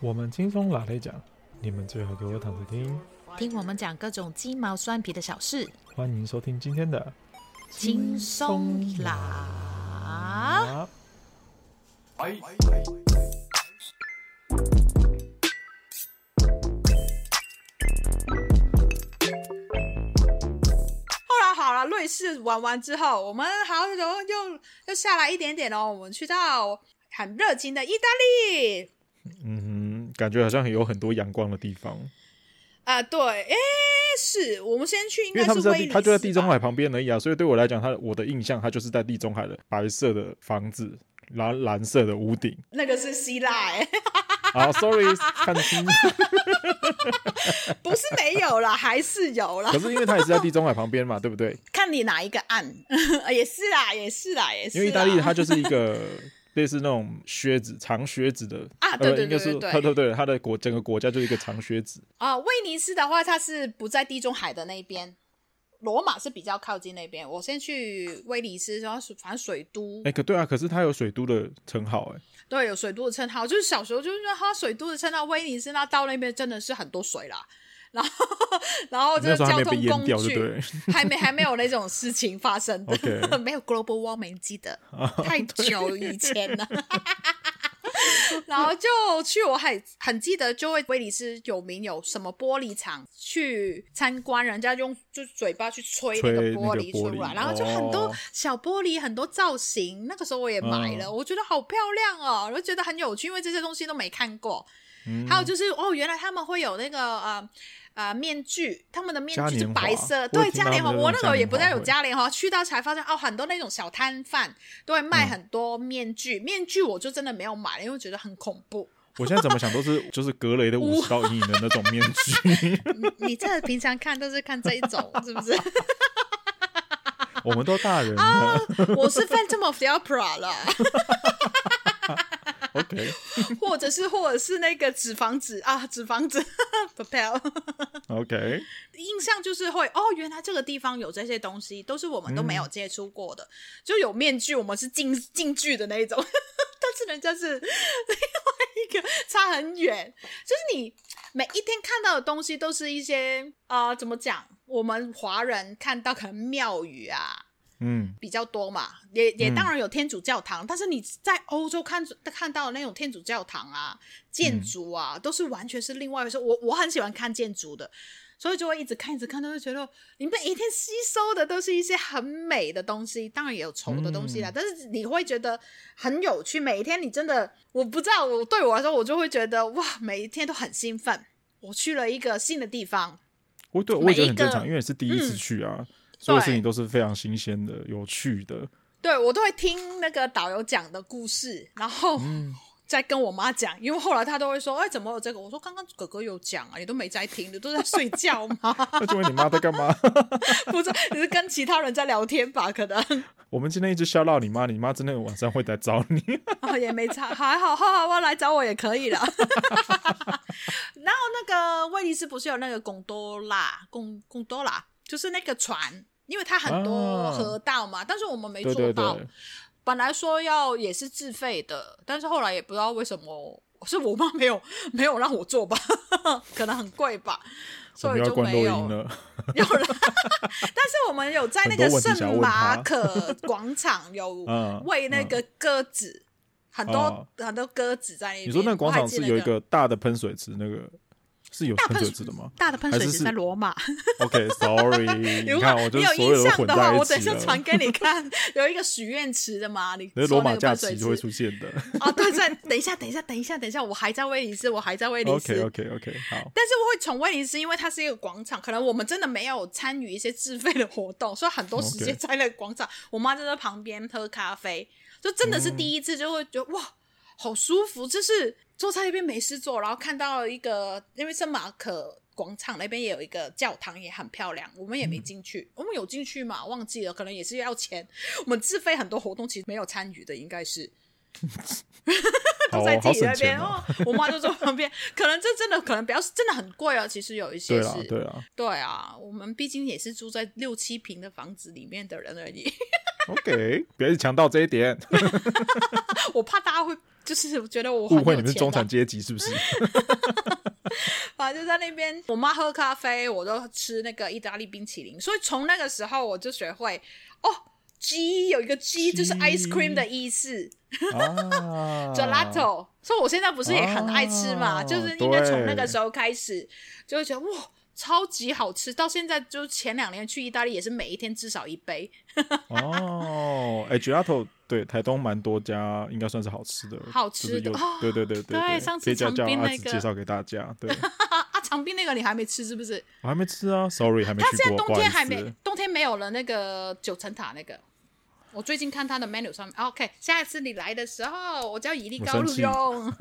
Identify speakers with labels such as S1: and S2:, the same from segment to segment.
S1: 我们轻松拉力讲，你们最好给我躺着听。
S2: 听我们讲各种鸡毛蒜皮的小事，
S1: 欢迎收听今天的
S2: 轻松啦。
S1: 啊，
S3: 后来好了，瑞士玩完之后，我们好像又又下来一点点哦，我们去到很热情的意大利。
S1: 嗯哼，感觉好像有很多阳光的地方，
S3: 啊、对，诶，是我们先去，应
S1: 因为
S3: 该
S1: 他们
S3: 是
S1: 在
S3: 威
S1: 地，
S3: 尼斯吧，
S1: 它就在地中海旁边而已啊，所以对我来讲，它的我的印象，它就是在地中海的白色的房子，蓝蓝色的屋顶。
S3: 那个是希腊、诶，
S1: 好，sorry，看清。
S3: 不是没有啦，还是有啦
S1: 可，是因为它也是在地中海旁边嘛，对不对？
S3: 看你哪一个岸，也是啦，也是啦，也是
S1: 因
S3: 啦。
S1: 为意大利它就是一个类似那种靴子长靴子的
S3: 啊
S1: 呃
S3: 对对
S1: 应该
S3: 对对
S1: 是
S3: 对
S1: 它对对，它的国整个国家就是一个长靴子。
S3: 啊、威尼斯的话，它是不在地中海的那一边。罗马是比较靠近那边，我先去威尼斯，然后是反正水都
S1: 哎、，可对啊，可是它有水都的称号哎、
S3: 对，有水都的称号，就是小时候就是说哈水都的称号，威尼斯那到那边真的是很多水啦。然后， 然后
S1: 那
S3: 这个
S1: 时候还
S3: 交
S1: 没被
S3: 通
S1: 淹
S3: 工
S1: 掉，对不
S3: 具
S1: 对？
S3: 还没还没有那种事情 发生的
S1: OK
S3: 没有 global warming，记得
S1: 哦
S3: 太久以前了。 然后就去，我还很记得，就会威尼斯有名有什么玻璃厂去参观，人家用就嘴巴去吹那个
S1: 吹那
S3: 玻
S1: 个
S3: 璃出
S1: 玻璃
S3: 来，然后就很多
S1: 哦
S3: 小玻璃，很多造型。那个时候我也买了，
S1: 嗯
S3: 我觉得好漂亮哦，我就觉得很有趣，因为这些东西都没看过。
S1: 嗯
S3: 还有就是哦，原来他们会有那个呃呃面具，他们的面
S1: 嘉
S3: 具
S1: 年
S3: 是
S1: 华
S3: 白色，
S1: 我
S3: 对
S1: 也听
S3: 嘉年
S1: 他
S3: 华，
S1: 们
S3: 我
S1: 那种
S3: 那个
S1: 嘉
S3: 也
S1: 年
S3: 不太
S1: 华
S3: 有
S1: 会
S3: 嘉年华，去到才发现哦，很多那种小摊贩都会卖
S1: 嗯
S3: 很多面具，面具我就真的没有买，因为觉得很恐怖。
S1: 我现在怎么想都是就是格雷的五十道阴影的那种面具，
S3: 你你这平常看都是看这一种，是不是？
S1: 我们都大人
S3: 啊
S1: 了。
S3: 我是 Phantom of the Opera 了，
S1: OK
S3: 或者是或者是那个纸房子啊，纸 房子 Papel。
S1: OK，
S3: 印象就是会哦，原来这个地方有这些东西，都是我们都没有接触过的。就有面具，我们是近近距的那一种， 但是人家是另外一个差很远。就是你每一天看到的东西，都是一些呃，怎么讲？我们华人看到可能庙宇啊，
S1: 嗯，
S3: 比较多嘛，也也
S1: 嗯
S3: 当然有天主教堂，但是你在欧洲看看到的那种天主教堂啊、建筑啊，
S1: 嗯
S3: 都是完全是另外一回事。我我很喜欢看建筑的，所以就会一直看，一直看，都会觉得哦你每一天吸收的都是一些很美的东西，当然也有丑的东西啦，
S1: 嗯
S3: 但是你会觉得很有趣。每一天你真的，我不知道，我对我来说，我就会觉得哇，每一天都很兴奋。我去了一个新的地方，
S1: 我对我也觉得
S3: 每
S1: 很
S3: 一个
S1: 正常，因为是第一次
S3: 嗯
S1: 去啊，所有事
S3: 对
S1: 情都是非常新鲜的、有趣的。
S3: 对我都会听那个导游讲的故事，然后
S1: 嗯
S3: 再跟我妈讲，因为后来她都会说：“哎，怎么有这个？”我说：“刚刚哥哥有讲啊，你都没在听，你都在睡觉 吗？
S1: 那请问你妈在干嘛？
S3: 不是，你是跟其他人在聊天吧？可能、
S1: 我们今天一直笑到你妈，你妈真的晚上会来找你。
S3: 哦、也没差，还好，后来我来找我也可以了。 然后那个威尼斯不是有那个贡多拉，贡贡多拉就是那个船，因为它很
S1: 啊
S3: 多河道嘛，但是我们没
S1: 对
S3: 做
S1: 对对
S3: 到。，本来说要也是自费的，但是后来也不知道为什么，是我妈没有没有让我做吧， 可能很贵吧，
S1: 我
S3: 所
S1: 们
S3: 以
S1: 要
S3: 就
S1: 关
S3: 没
S1: 录
S3: 有
S1: 音了。
S3: 有了。 但是我们有在那
S1: 很
S3: 个
S1: 多问题想要
S3: 圣
S1: 问
S3: 马
S1: 他
S3: 可 广场有
S1: 嗯哦
S3: 喂那个鸽子，很多、很多鸽子在那边。
S1: 你说那个广场
S3: 我还记
S1: 是
S3: 得
S1: 有一
S3: 那个
S1: 个大的喷水池，那个是有喷水池的吗
S3: 大的喷水
S1: 还是
S3: 池
S1: 是
S3: 在罗马？
S1: ？OK，Sorry，
S3: 如
S1: 你看我
S3: 果
S1: 就
S3: 你
S1: 是
S3: 有
S1: 所有
S3: 印
S1: 都
S3: 象
S1: 混
S3: 的
S1: 在
S3: 话，
S1: 一
S3: 我
S1: 起
S3: 等一下传
S1: 了。
S3: 给你看，有一个许愿池的嘛，你
S1: 那是
S3: 说
S1: 罗
S3: 那
S1: 马
S3: 个
S1: 假
S3: 喷水
S1: 期
S3: 池
S1: 就会出现的。
S3: 哦，对对，等一下，等一下，等一下，等一下，我还在威尼斯，我还在威尼斯。
S1: OK，OK，OK，好。
S3: 但是我会从威尼斯，因为它是一个广场，可能我们真的没有参与一些自费的活动，所以很多时
S1: OK
S3: 间在那个广场。我妈就在旁边喝咖啡，就真的是第一次就会觉得、哇，好舒服，就是坐在那边没事做，然后看到一个，因为圣马可广场那边也有一个教堂，也很漂亮，我们也没进去，我们有进去嘛，忘记了，可能也是要钱。我们自费很多活动，其实没有参与的，应该是。
S1: 好
S3: 都在
S1: 好
S3: 自己
S1: 省
S3: 那边
S1: 钱
S3: 哦
S1: 啊！
S3: 我妈就坐旁边，可能这真的可能比较真的很贵啊。其实有一些
S1: 对
S3: 是
S1: 啦，，对啦
S3: 对啊，我们毕竟也是住在六七平的房子里面的人而已，
S1: ，OK，别强调这一点。
S3: 我怕大家会就是觉得我很
S1: 误会
S3: 有
S1: 你们是
S3: 钱啊
S1: 中
S3: 这样
S1: 产阶级是不 是？
S3: 反正就在那边，我妈喝咖啡，我都吃那个意大利冰淇淋，所以从那个时候我就学会哦，G 有一个 G 就是 ice cream 的意思
S1: 啊
S3: ，gelato，、所以我现在不是也很爱吃嘛，
S1: 哦
S3: 就是应该从那个
S1: 对
S3: 时候开始就会觉得哇。超级好吃，到现在就前两年去意大利也是每一天至少一杯，
S1: 哦，哎，gelato 对台东蛮多家，应该算是好吃的，
S3: 好吃的
S1: 就是有
S3: 哦
S1: 对对对
S3: 对
S1: 对，
S3: 上次
S1: 这家
S3: 长
S1: 叫
S3: 滨
S1: 阿
S3: 那
S1: 紫
S3: 个
S1: 介绍给大家，对
S3: 啊啊！长滨那个你还没吃是不是？
S1: 我还没吃啊，sorry 还没
S3: 他
S1: 去
S3: 现在
S1: 过，
S3: 冬
S1: 不好
S3: 天
S1: 意
S3: 还没
S1: 思，，
S3: 冬天没有了那个九层塔那个。我最近看他的 menu 上面啊，OK，下一次你来的时候，我叫以利高
S1: 我
S3: 露
S1: 生气
S3: 用。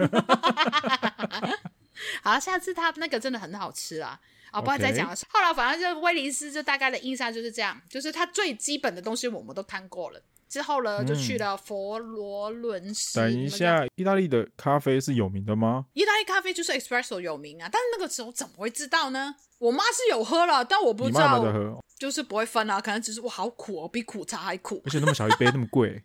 S3: 好啦，下次他那个真的很好吃啦。啊，不然再
S1: OK
S3: 讲了。后来反正就威尼斯就大概的印象就是这样，就是它最基本的东西我们都看过了。之后呢，就去了佛罗伦斯。
S1: 嗯等
S3: 你
S1: 一
S3: 们知道
S1: 下，意大利的咖啡是有名的吗？
S3: 意大利咖啡就是 espresso 有名啊，但是那个时候怎么会知道呢？我妈是有喝了，但我不
S1: 你
S3: 知
S1: 妈
S3: 道
S1: 有没有在喝，
S3: 就是不会分啊，可能只是哇好苦哦，比苦茶还苦
S1: 而。且那么小一杯，那么贵，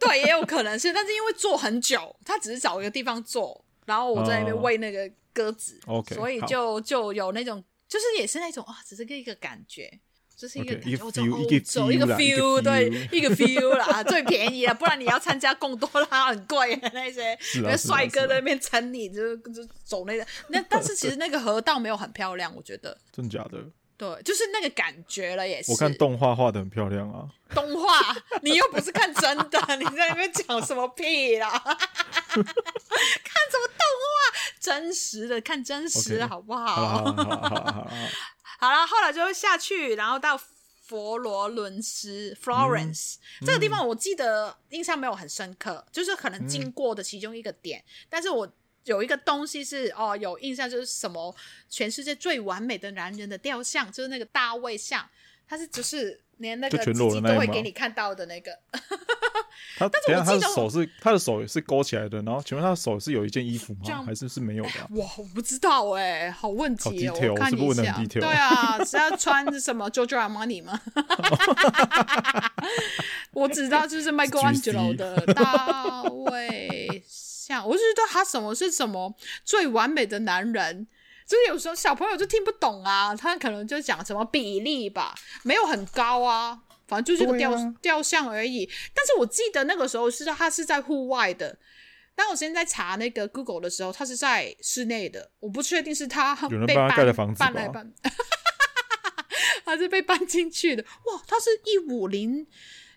S3: 对，也有可能是，但是因为坐很久，他只是找一个地方坐，然后我在那边
S1: 哦
S3: 喂那个鸽子
S1: OK，
S3: 所以
S1: 好
S3: 就就有那种，就是也是那种啊，只是一个感觉。就是一个
S1: OK，
S3: 感
S1: 一
S3: 觉，
S1: 个
S3: 我走
S1: feel，一个
S3: 欧
S1: feel 啦一个
S3: 洲一个 feel，对，一个 feel 啦，最便宜了，不然你要参加贡多拉很贵那些，
S1: 是啊
S3: 那些
S1: 是啊
S3: 帅哥
S1: 是啊
S3: 在那边撑你，就就走那个，那但是其实那个河道没有很漂亮，我觉得，
S1: 真假的？
S3: 对，就是那个感觉了，也是。
S1: 我看动画画的很漂亮啊，
S3: 动画， 你又不是看真的，你在那边讲什么屁啦？ 看什么动画？真实的，看真实的
S1: OK
S3: 好不
S1: 好啦
S3: 好？
S1: 好啦好啦好啦好啦，
S3: 好了，后来就下去，然后到佛罗伦斯 （Florence）、这
S1: 嗯
S3: 个地方，我记得印象没有很深刻，就是可能
S1: 嗯
S3: 经过的其中一个点，但是我。有一个东西是哦，有印象就是什么全世界最完美的男人的雕像，就是那个大卫像，它是就是连那个
S1: 就
S3: 自
S1: 全裸的
S3: 己
S1: 那一
S3: 都会
S1: 吗
S3: 给你看到的那个，
S1: 他
S3: 但是
S1: 等一
S3: 我
S1: 下他
S3: 记
S1: 的
S3: 得我
S1: 手是他的手是勾起来的，然后请问他的手是有一件衣服
S3: 这
S1: 吗？
S3: 样
S1: 还是是没有的啊？
S3: 哇，我不知道哎、好问题、哦，
S1: 好 detail，
S3: 我看
S1: 是不
S3: 一
S1: 是问得
S3: 下。
S1: 很 detail？
S3: 对啊，是要穿什么 Giorgio Armani 吗？ 我只知 道就是 Michael
S1: GC
S3: Angelo 的大卫像，我就觉得他什么是什么最完美的男人。就是有时候小朋友就听不懂啊，他可能就讲什么比例吧，没有很高啊，反正就是个雕、
S1: 对啊
S3: 雕像而已。但是我记得那个时候是他是在户外的，当我之前在查那个 Google 的时候，它是在室内的，我不确定是他
S1: 有人
S3: 被
S1: 帮
S3: 搬
S1: 他盖的房子
S3: 搬
S1: 吧
S3: 来搬， 还是被搬进去的。哇，它是一五零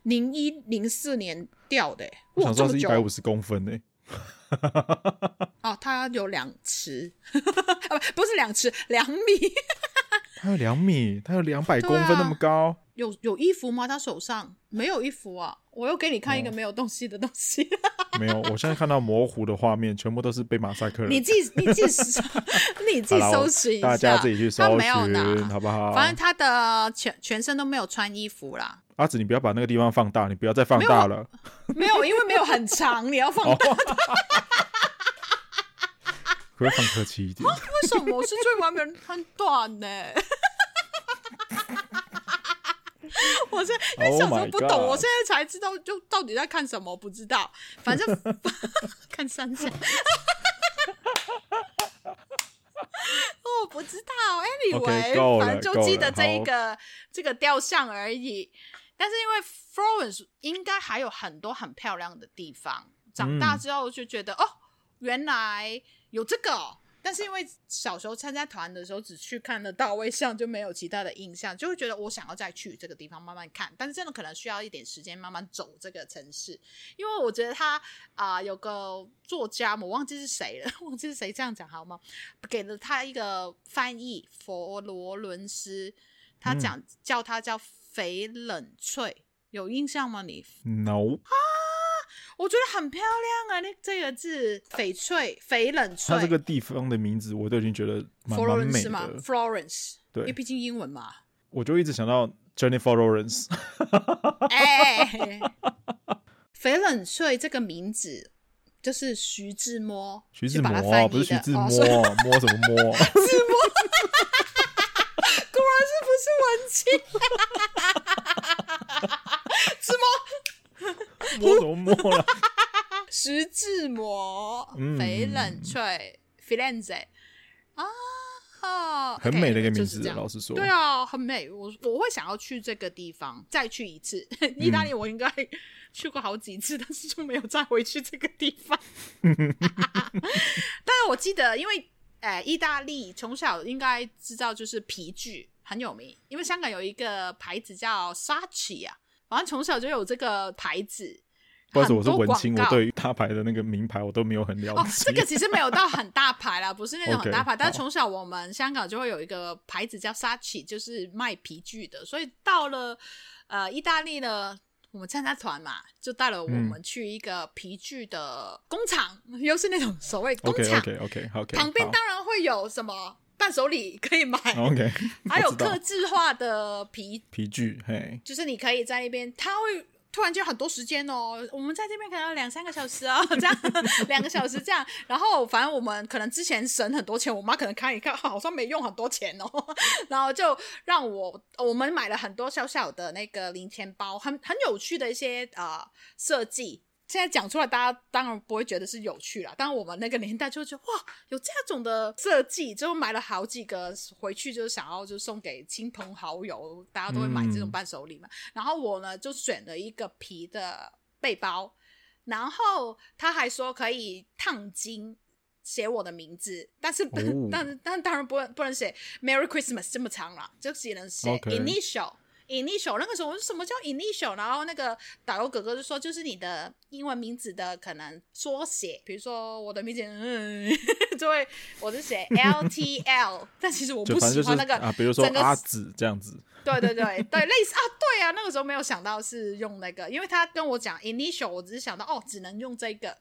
S3: 零一零四年掉的欸，
S1: 我
S3: 哇，
S1: 想
S3: 这
S1: 说
S3: 么
S1: 是一
S3: 久
S1: 百五十公分欸呢、
S3: 哦，它有两尺，啊 不不是两尺，两米。
S1: 他有两米，他有两百
S3: 对
S1: 公
S3: 啊
S1: 分那么高，
S3: 有有衣服吗？他手上没有衣服啊！我又给你看一
S1: 哦
S3: 个没有东西的东西，
S1: 没有。我现在看到模糊的画面，全部都是被马赛克
S3: 你
S1: 人。
S3: 自己你自己搜 你自己
S1: 好啦
S3: 搜
S1: 我
S3: 寻一下，
S1: 大家自己去搜
S3: 他没有
S1: 寻，
S3: 拿，
S1: 好不好？
S3: 反正他的全全身都没有穿衣服啦，
S1: 阿紫，你不要把那个地方放大，你不要再放
S3: 啊
S1: 大了。
S3: 没有，因为没有很长，你要放
S1: 哦，可不可以放客气一点？
S3: 为什么是最完美的很短呢、 我是因为小时候不懂
S1: Oh my God
S3: 我现在才知道，就到底在看什么不知道，反正 看三下。 哦，不知道
S1: OK，
S3: ，anyway，、
S1: 够了
S3: 反正就记得
S1: 够了
S3: 这一个这个雕像而已。但是因为 Florence 应该还有很多很漂亮的地方，长大
S1: 嗯
S3: 之后就觉得、哦，原来有这个哦、但是因为小时候参加团的时候只去看了大卫像，就没有其他的印象，就会觉得我想要再去这个地方慢慢看，但是真的可能需要一点时间慢慢走这个城市，因为我觉得他啊、有个作家嘛，我忘记是谁了， 忘记是谁这样讲好吗？给了他一个翻译佛罗伦斯，他讲、
S1: 嗯
S3: 叫他叫翡冷翠，有印象吗你？
S1: No，
S3: 我觉得很漂亮啊，那这个字翡翠、翡冷翠，
S1: 它这个地方的名字我都已经觉得蛮
S3: 佛
S1: 蛮
S3: 罗伦
S1: 美
S3: 斯嘛
S1: 的，
S3: ，Florence，
S1: 对
S3: 因为毕竟英文 嘛，
S1: 我就一直想到 Jennifer Lawrence。
S3: 哎，翡冷翠这个名字就是徐志摩
S1: 徐
S3: 去
S1: 志
S3: 把
S1: 摩啊
S3: 它翻译的，
S1: 不是徐 志摩，
S3: 哦所以
S1: 摸什么摸？啊
S3: 果然是不是文青？
S1: 啊
S3: 志摩
S1: 摸什么摸了？
S3: 徐志摩
S1: 嗯，
S3: 翡冷翠 （Firenze） 啊，好
S1: 很美的一个名字，
S3: OK，就是这样
S1: 老实说，
S3: 对啊，很美。我我会想要去这个地方再去一次。
S1: 嗯
S3: 意大利我应该去过好几次，但是就没有再回去这个地 方。但是我记得，因为呃，意大利从小应该知道就是皮具很有名，因为香港有一个牌子叫 Sachi 啊，好像从小就有这个牌子。
S1: 不好意思，我是
S3: 很多
S1: 文青，我
S3: 广告
S1: 对于大牌的那个名牌我都没有很了
S3: 哦，
S1: 解。
S3: 这个其实没有到很大牌啦，不是那种
S1: OK，
S3: 很大牌但是
S1: 好
S3: 从小我们香港就会有一个牌子叫 Sachi，就是卖皮具的，所以到了呃意大利呢，我们参加团嘛，就带了我
S1: 嗯
S3: 们去一个皮具的工厂，又是那种所谓工
S1: OK
S3: 厂
S1: OK OK OK，
S3: 旁边当然会有什么伴手礼可以买，
S1: OK，
S3: 还有
S1: 哦我知道
S3: 刻制化的皮
S1: 皮具，嘿，
S3: 就是你可以在那边，他会突然间很多时间哦，我们在这边可能要两三个小时哦， 这样两个小时这样，然后反正我们可能之前省很多钱，我妈可能看一看，好像没用很多钱哦，然后就让我我们买了很多小小的那个零钱包，很很有趣的一些呃设计。现在讲出来，大家当然不会觉得是有趣啦。但我们那个年代就觉得哇，有这种的设计，就买了好几个回去，就是想要就送给亲朋好友，大家都会买这种
S1: 嗯
S3: 伴手礼嘛。然后我呢就选了一个皮的背包，然后他还说可以烫金。写我的名字，但是、
S1: 哦
S3: 但但当然不能不能写 Merry Christmas 这么长了，就只能写
S1: OK
S3: initial initial。那个时候我说什么叫 initial，然后那个导游哥哥就说就是你的英文名字的可能缩写，比如说我的名字，嗯， 就会我是写 L T L，但其实我
S1: 就
S3: 不
S1: 反正就
S3: 喜
S1: 是
S3: 欢那个
S1: 啊，比如说
S3: 整个
S1: 阿紫这样子，
S3: 对对对对，类似啊，对啊，那个时候没有想到是用那个，因为他跟我讲 initial，我只是想到哦，只能用这个，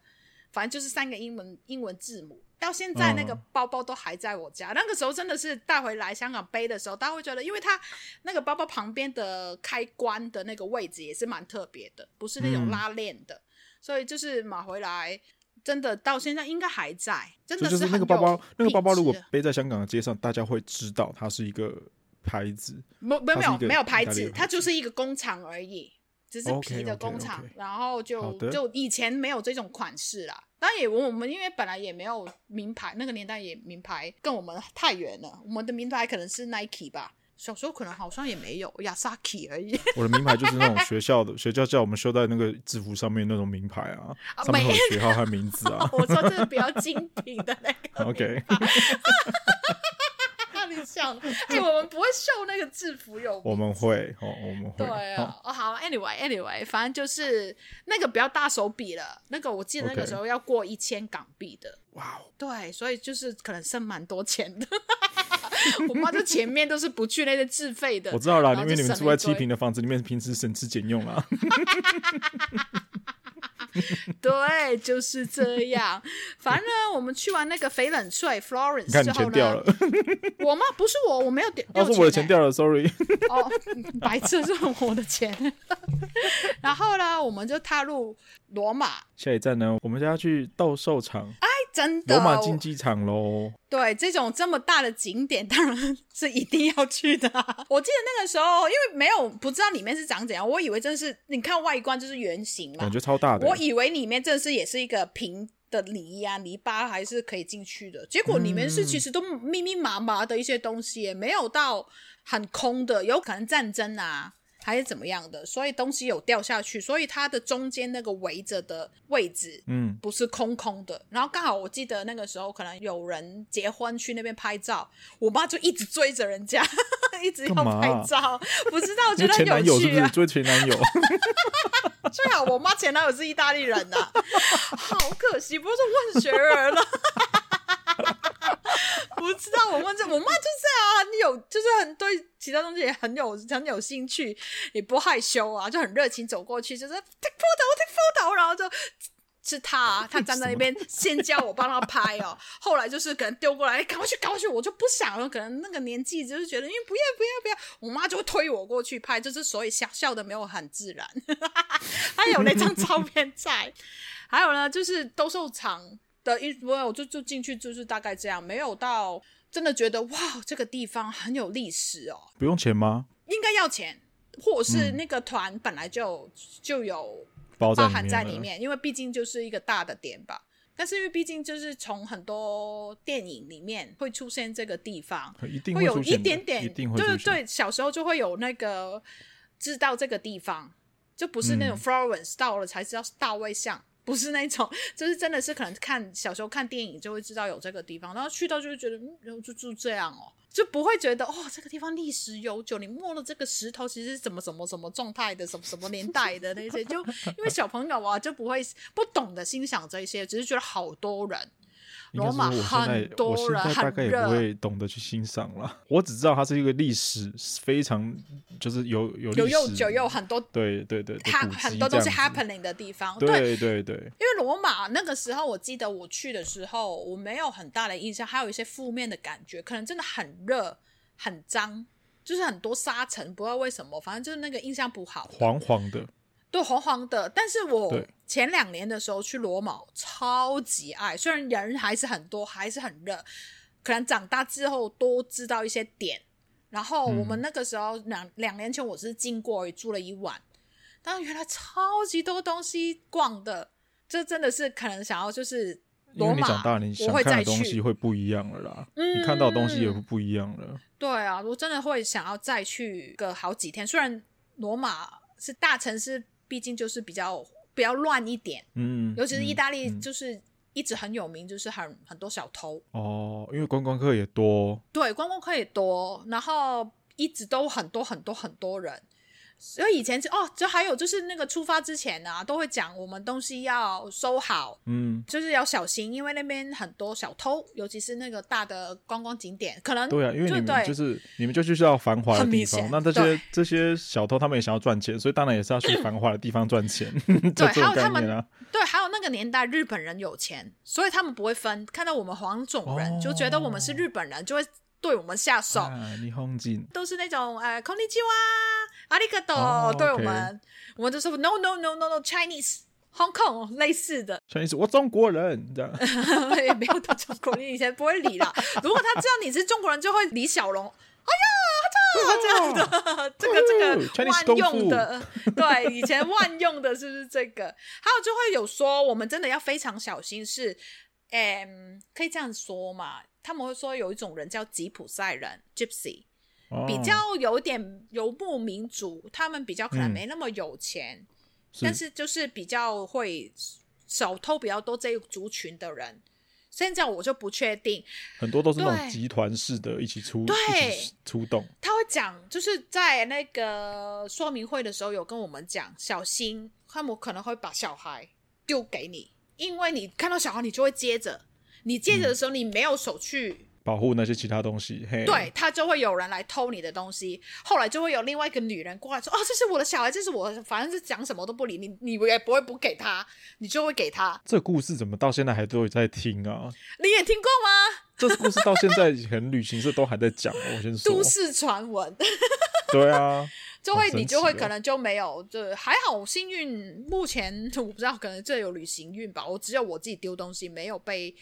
S3: 反正就是三个英文英文字母。到现在那个
S1: 嗯
S3: 包包都还在我家，那个时候真的是带回来香港背的时候，大家会觉得，因为它那个包包旁边的开关的那个位置也是蛮特别的，不是那种
S1: 嗯
S3: 拉链的，所以就是买回来真的到现在应该还在，真
S1: 这
S3: 的
S1: 就是
S3: 很
S1: 那个包包
S3: 有，
S1: 那个包包
S3: 品
S1: 如果
S3: 质
S1: 背在香港的街上，大家会知道它是一个牌子，
S3: 没没有没
S1: 它是一
S3: 有
S1: 个
S3: 没有
S1: 意
S3: 牌
S1: 大利的牌，子
S3: 子它就是一个工厂而已，只是
S1: OK，
S3: 皮的
S1: OK，
S3: 工厂
S1: OK
S3: 然后
S1: 好
S3: 就
S1: 的
S3: 就以前没有这种款式啦。当然也我们因为本来也没有名牌，那个年代也名牌跟我们太远了，我们的名牌可能是 Nike 吧，小时候可能好像也没有 Yasaki 而已，
S1: 我的名牌就是那种学校的 学校叫我们绣在那个制服上面那种名牌啊，
S3: 啊
S1: 上面会
S3: 没。
S1: 有学号和名字啊
S3: 我说这是比较精品的那 个
S1: OK，
S3: 那你想，哎、我们不会绣那个制服有
S1: 我们会哦，我们会。
S3: 对
S1: 好
S3: 啊，哦好，anyway，anyway，反正就是那个不要大手笔了，那个我记得那个
S1: OK
S3: 时候要过一千港币的，
S1: 哇哦，
S3: 对，所以就是可能剩蛮多钱的。 我妈就前面都是不去那些自费的，
S1: 我知道啦，
S3: 然后
S1: 因为你
S3: 就
S1: 们
S3: 省
S1: 住
S3: 了
S1: 在七
S3: 一堆
S1: 平的房子里面，平时省吃俭用啊 啦。
S3: 对，就是这样。反正呢，我们去完那个翡冷翠 Florence
S1: 你看你
S3: 之后
S1: 钱
S3: 呢，
S1: 掉了，
S3: 我妈不是我，我 没有丢
S1: 他
S3: 丢
S1: 说我的
S3: 欸
S1: 钱掉了，sorry。
S3: 哦，白痴是我的钱。 然后呢，我们就踏入罗马，哎，
S1: 下一站呢，我们就要去斗兽场，
S3: 啊真的，
S1: 罗马
S3: 我
S1: 竞技场喽。
S3: 对，这种这么大的景点，当然 是一定要去的啊、我记得那个时候，因为没有不知道里面是长怎样，我以为真是你看外观就是圆形嘛
S1: 感，觉超大的欸，
S3: 我以为里面真是也是一个平的泥呀、泥巴还是可以进去的。结果里面是
S1: 嗯
S3: 其实都密密麻麻的一些东西耶，没有到很空的，有可能战争啊。还是怎么样的，所以东西有掉下去，所以它的中间那个围着的位置，
S1: 嗯，
S3: 不是空空的。然后刚好我记得那个时候可能有人结婚去那边拍照，我妈就一直追着人家， 一直要
S1: 干嘛啊
S3: 拍照，不知道我
S1: 因
S3: 觉
S1: 为
S3: 得
S1: 前
S3: 很
S1: 男友
S3: 有
S1: 是不
S3: 趣
S1: 是
S3: 啊。
S1: 追前男友？
S3: 最好我妈前男友是意大利人呐、啊好可惜，不是混血儿了。啊 不知道我问这，我妈就是啊，很有，就是很对其他东西也很有很有兴趣，也不害羞啊，就很热情走过去，就是 take photo，take photo，然后就。是他、啊，他站在那边先教我帮他拍哦， 后来就是可能丢过来，哎赶快去，赶快去，我就不想了。可能那个年纪就是觉得，因为不要不要不要，我妈就会推我过去拍，就是所以笑笑的没有很自然。 还有那张照片在，还有呢，就是兜售场的一，我有就就进去就是大概这样，没有到真的觉得哇，这个地方很有历史哦，
S1: 不用钱吗？
S3: 应该要钱，或者是
S1: 嗯
S3: 那个团本来就、就有
S1: 包在
S3: 嗯包
S1: 里
S3: 含
S1: 面
S3: 在
S1: 了
S3: 里面，因为毕竟就是一个大的点吧。但是因为毕竟就是从很多电影里面会出现这个地方，
S1: 一定
S3: 会
S1: 会
S3: 有
S1: 出
S3: 一
S1: 现的
S3: 点点，
S1: 一定会出
S3: 对
S1: 现。
S3: 对，小时候就会有那个知道这个地方，就不是那种
S1: 嗯
S3: Florence 到了才知道是大卫像，不是那种，就是真的是可能看小时候看电影就会知道有这个地方，然后去到就会觉得，嗯，就住这样哦。就不会觉得哦，这个地方历史悠久，你摸了这个石头，其实是怎么什么什么状态的，什么什么年代的那些，就因为小朋友啊，就不会不懂得欣赏这些，只是觉得好多人，
S1: 应该
S3: 罗
S1: 说
S3: 马
S1: 我现在
S3: 很多
S1: 我现
S3: 人
S1: 在大
S3: 很
S1: 概也
S3: 热
S1: 不会懂得去欣赏了。我只知道它是一个历史非常就是有有
S3: 有
S1: 历
S3: 又
S1: 史
S3: 久又很多
S1: 对对对，的
S3: 哈
S1: 古
S3: 很
S1: 迹
S3: 多
S1: 这
S3: 东西
S1: 样子
S3: happening 的地方。
S1: 对
S3: 对，
S1: 对对，
S3: 因为罗马那个时候，我记得我去的时候，我没有很大的印象，还有一些负面的感觉，可能真的很热、很脏，就是很多沙尘，不知道为什么，反正就是那个印象不好。
S1: 黄黄的，
S3: 对，黄黄的。但是我
S1: 对
S3: 前两年的时候去罗马，超级爱，虽然人还是很多，还是很热，可能长大之后多知道一些点。然后我们
S1: 嗯
S3: 那个时候两两年前，我是经过也住了一晚，但原来超级多东西逛的，这真的是可能想要就是
S1: 因
S3: 罗
S1: 为你长
S3: 马
S1: 大，了，你，
S3: 我
S1: 想
S3: 会
S1: 看
S3: 再
S1: 的东西
S3: 去。
S1: 会不一样了啦，
S3: 嗯
S1: 你看到的东西也会不一样了。
S3: 对啊，我真的会想要再去个好几天。虽然罗马是大城市，毕竟就是比较比较乱一点，
S1: 嗯，
S3: 尤其是
S1: 嗯
S3: 意大利，
S1: 嗯
S3: 就是一直很有名，就是很很多小偷，
S1: 哦，因为观光客也多，
S3: 对，观光客也多，然后一直都很多很多很多人。所以以前是哦，就还有就是那个出发之前啊，都会讲我们东西要收好，
S1: 嗯，
S3: 就是要小心，因为那边很多小偷，尤其是那个大的观光景点，可能
S1: 对啊，因为
S3: 就
S1: 你们
S3: 对
S1: 就是你们就去到繁华的
S3: 很
S1: 地
S3: 明
S1: 方，
S3: 显
S1: 那这
S3: 对
S1: 些这些小偷他们也想要赚钱，所以当然也是要去繁华的地方赚 钱，就这
S3: 还有
S1: 种概
S3: 他们
S1: 念啊。
S3: 对，还有那个年代日本人有钱，所以他们不会分，看到我们黄种人、就觉得我们
S1: 哦
S3: 是日本人，就会对我们下手。
S1: 啊，霓虹景，
S3: 都是那种呃，こんにちは、阿里嘎多
S1: 哦，
S3: 对我
S1: OK
S3: 们，我们就说 no no no no no Chinese。Hong Kong 类似的，
S1: 像意思我中国人这样，
S3: 哦也没有到中国人以前不会理啦。 如果他知道你是中国人，就会理小龙。呃
S1: 这样的，
S3: 这个这
S1: 哦 Chinese
S3: 个万用的， 对，以前万用的是不是这个？还有就会有说，我们真的要非常小心是，嗯，可以这样说嘛？他们会说有一种人叫吉普赛人 （Gypsy），
S1: 哦
S3: 比较有点游牧民族，他们比较可能
S1: 嗯
S3: 没那么有钱，
S1: 是
S3: 但是就是比较会小偷比较多这一族群的人。现在我就不确定，
S1: 很多都是那种
S3: 对
S1: 集团式的，一起出
S3: 对
S1: 一起出动，
S3: 他会讲，就是在那个说明会的时候有跟我们讲，小心他们可能会把小孩丢给你，因为你看到小孩你就会接着，你接
S1: 嗯
S3: 着的时候你没有手去。
S1: 保护那些其他东西。嘿，
S3: 对，他就会有人来偷你的东西，后来就会有另外一个女人过来说：“哦，这是我的小孩，这是我的，反正是讲什么都不理你，你也不会不给他，你就会给他。
S1: 这故事怎么到现在还都有在听啊？
S3: 你也听过吗？
S1: 这故事到现在可能旅行社都还在讲。我先说
S3: 都，市传闻，
S1: 哦对啊，
S3: 就会
S1: 好神
S3: 你就会
S1: 奇哦
S3: 可能就没有，就还好幸运。目前我不知道，可能这有旅行运吧，我只有我自己丢东西没有被，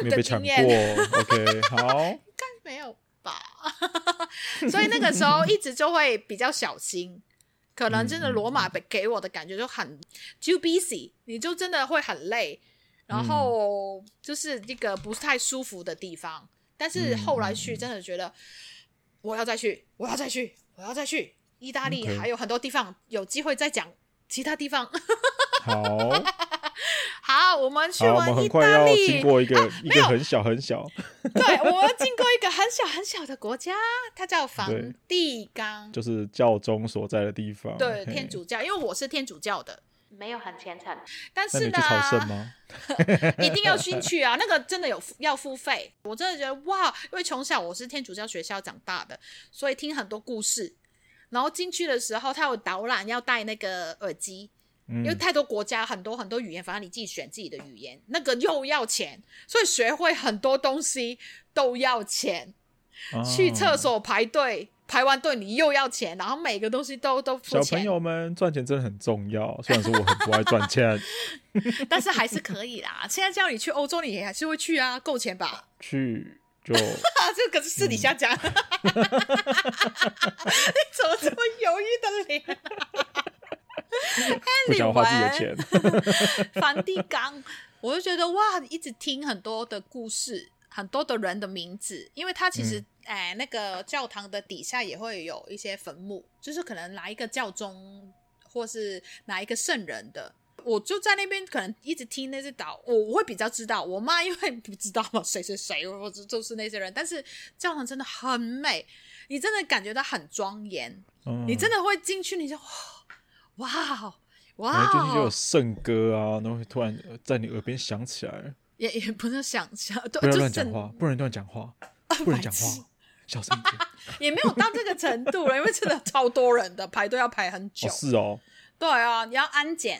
S1: 没有被抢
S3: 经
S1: 过。
S3: 验
S1: OK，好，
S3: 没有吧， 所以那个时候一直就会比较小心。可能真
S1: 嗯
S3: 的
S1: 嗯
S3: 罗马给给我的感觉就很 too busy，你就真的会很累，
S1: 嗯
S3: 然后就是一个不太舒服的地方。但
S1: 嗯
S3: 是后来去真的觉得，我要再去，我要再去，我要再去。意大利
S1: OK
S3: 还有很多地方有机会再讲其他地方。
S1: 好，
S3: 好，我 们去
S1: 好，我们
S3: 完
S1: 很
S3: 意
S1: 快
S3: 大
S1: 要
S3: 利
S1: 经，过一个、一
S3: 没
S1: 个
S3: 有
S1: 很小很小，
S3: 对，我们经过一个很小很小的国家，它叫
S1: 对
S3: 梵蒂冈。
S1: 就是教宗所在的地方。
S3: 对，
S1: 嘿
S3: 天。主教，因为我是天主教的，
S2: 没有很虔诚。
S3: 但
S1: 那
S3: 是啊
S1: 你
S3: 呢
S1: 去，朝圣吗？
S3: 一定要进去啊，那个真的有付要付费。我真的觉得哇，因为从小我是天主教学校长大的，所以听很多故事。然后进去的时候，他有导览，要戴那个耳机，
S1: 嗯
S3: 因为太多国家很多很多语言，反正你自己选自己的语言，那个又要钱，所以学会很多东西都要钱。去厕。
S1: 啊
S3: 所排队，排完队你又要钱，然后每个东西都都付
S1: 小
S3: 钱。
S1: 朋友们赚钱真的很重要，虽然说我很不爱赚钱，
S3: 但是还是可以啦。现在叫你去欧洲，你也还是会去啊，够钱吧？
S1: 去就
S3: 啊，这个是私底下讲。 你怎么这么犹豫的脸？
S1: 不想花自己的钱。
S3: 梵蒂冈，我就觉得哇，一直听很多的故事，很多的人的名字，因为它其实、哎，那个教堂的底下也会有一些坟墓，就是可能哪一个教宗或是哪一个圣人的。我就在那边，可能一直听那些导，我我会比较知道。我妈因为不知道嘛，谁谁谁，我就就是那些人。但是教堂真的很美，你真的感觉到很庄严，
S1: 嗯
S3: 你真的会进去，你就哇哇
S1: 然
S3: 哇，
S1: 后最近
S3: 哦
S1: 就有圣歌啊，然后会突然呃在你耳边响起来，
S3: 也也不是想象，对，
S1: 不能
S3: 就
S1: 乱
S3: 是
S1: 讲话，不能乱讲话，不能讲
S3: 白痴
S1: 话，小声一 点。
S3: 也没有到这个程度了，因为真的超多人的，排队要排很久。
S1: 哦，是哦，
S3: 对啊，你要安检。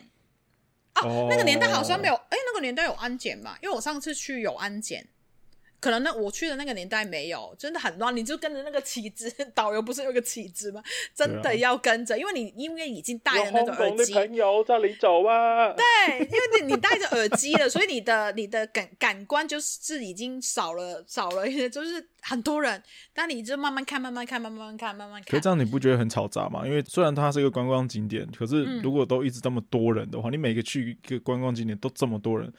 S1: 哦
S3: 啊那个年代好像没有，哎、那个年代有安检嘛？因为我上次去有安检，可能那我去的那个年代没有，真的很乱。你就跟着那个旗帜， 导游不是有个旗帜吗？真
S1: 对啊
S3: 的要跟着，因为你因为已经戴了那个耳机，
S1: 友在你走啊。
S3: 对，因为你你戴着耳机了，所以你的你的感感官就是已经少了少了一些，就是很多人，但你就慢慢看，慢慢看，慢慢看，慢慢
S1: 可
S3: 看
S1: 是这。样你不觉得很嘈杂吗？因为虽然它是一个观光景点，可
S3: 嗯
S1: 是如果都一直这么多人的话，你每个去一个观光景点都这么多人，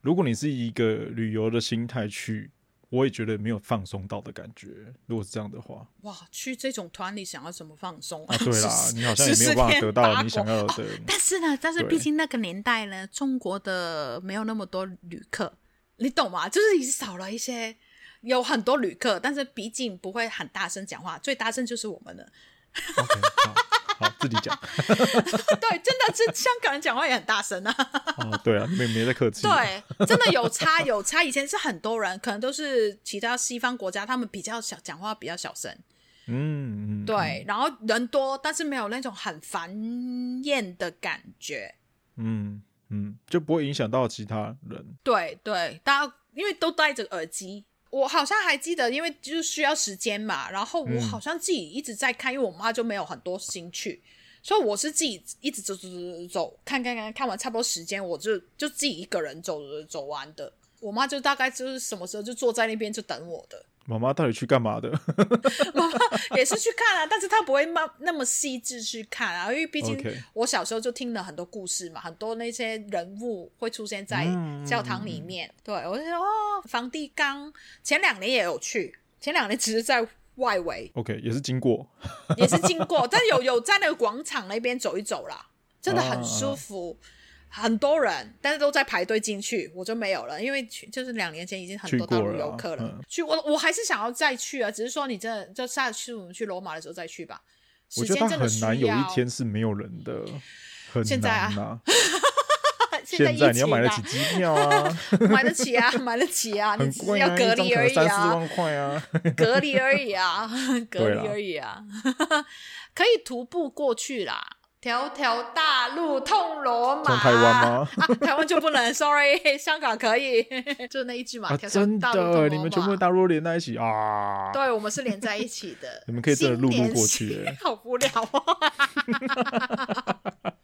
S1: 如果你是以一个旅游的心态去，我也觉得没有放松到的感觉。如果是这样的 话，
S3: 哇，去这种团里想要怎么放松，
S1: 啊，对啦你好像也没有办法得到你想要
S3: 14天八国
S1: 的
S3: 哦。 但是呢，但是
S1: 对
S3: 毕竟那个年代呢，中国的没有那么多旅客，你懂吗？就是已经少了一些，有很多旅客，但是毕竟不会很大声讲话，最大声就是我们了。
S1: OK，好，好，自己讲。
S3: 对，真的是香港人讲话也很大声啊。
S1: 哦，对啊，没没在客气。，
S3: 对，真的有差有差。以前是很多人，可能都是其他西方国家，他们比较小讲话比较小声，
S1: 嗯，嗯
S3: 对，，然后人多，但是没有那种很烦厌的感觉。
S1: 嗯嗯，就不会影响到其他人。
S3: 对对，大家因为都戴着耳机。我好像还记得，因为就是需要时间嘛，然后我
S1: 嗯
S3: 好像自己一直在看，因为我妈就没有很多兴趣，所以我是自己一直走走走走走，看看看看完差不多时间，我就就自己一个人走走走完的。我妈就大概就是什么时候就坐在那边就等我的，
S1: 妈妈到底去干嘛的
S3: 妈妈 也是去看啊，但是她不会那那么细致去看啊，因为毕竟
S1: OK
S3: 我小时候就听了很多故事嘛，很多那些人物会出现在
S1: 嗯
S3: 教堂里面。对我就说哦，梵蒂冈前两年也有去，前两年只是在外 围，
S1: ？OK，也是经过。
S3: 也是经过，但有有在那个广场那边走一走啦，真的很舒
S1: 哦
S3: 服。很多人，但是都在排队进去，我就没有了，因为去就是两年前已经很多
S1: 去过
S3: 大
S1: 了啊
S3: 陆游客了。
S1: 嗯
S3: 去我我还是想要再去啊，只是说你真的就下次我们去罗马的时候再去吧。
S1: 我
S3: 时
S1: 觉
S3: 间
S1: 得它
S3: 真的
S1: 很
S3: 需要。
S1: 难有一天是没有人的，很
S3: 现在啊
S1: 难 呐。
S3: 现在
S1: 现在你要买得
S3: 疫情
S1: 起
S3: 啊
S1: 机票 啊，
S3: 买得起啊，买得起啊，你
S1: 很
S3: 只是
S1: 贵
S3: 要
S1: 啊，
S3: 隔
S1: 一张
S3: 离
S1: 可
S3: 而
S1: 能
S3: 已
S1: 三四
S3: 啊，
S1: 万块啊。
S3: 隔离而已啊， 隔
S1: 对
S3: 离
S1: 啦
S3: 而已啊，可以徒步过去啦。条条大路通罗马，
S1: 通台湾吗？
S3: 啊， 台湾就不能，sorry，香港可以， 就那一句嘛，
S1: 啊，
S3: 条条
S1: 真
S3: 大路通罗
S1: 的，
S3: 马
S1: 你们全部大陆连在一起啊！
S3: 对，我们是连在一起的。
S1: 你们可以真的陆路过去
S3: 新年
S1: 欸
S3: 喜好无聊 哦。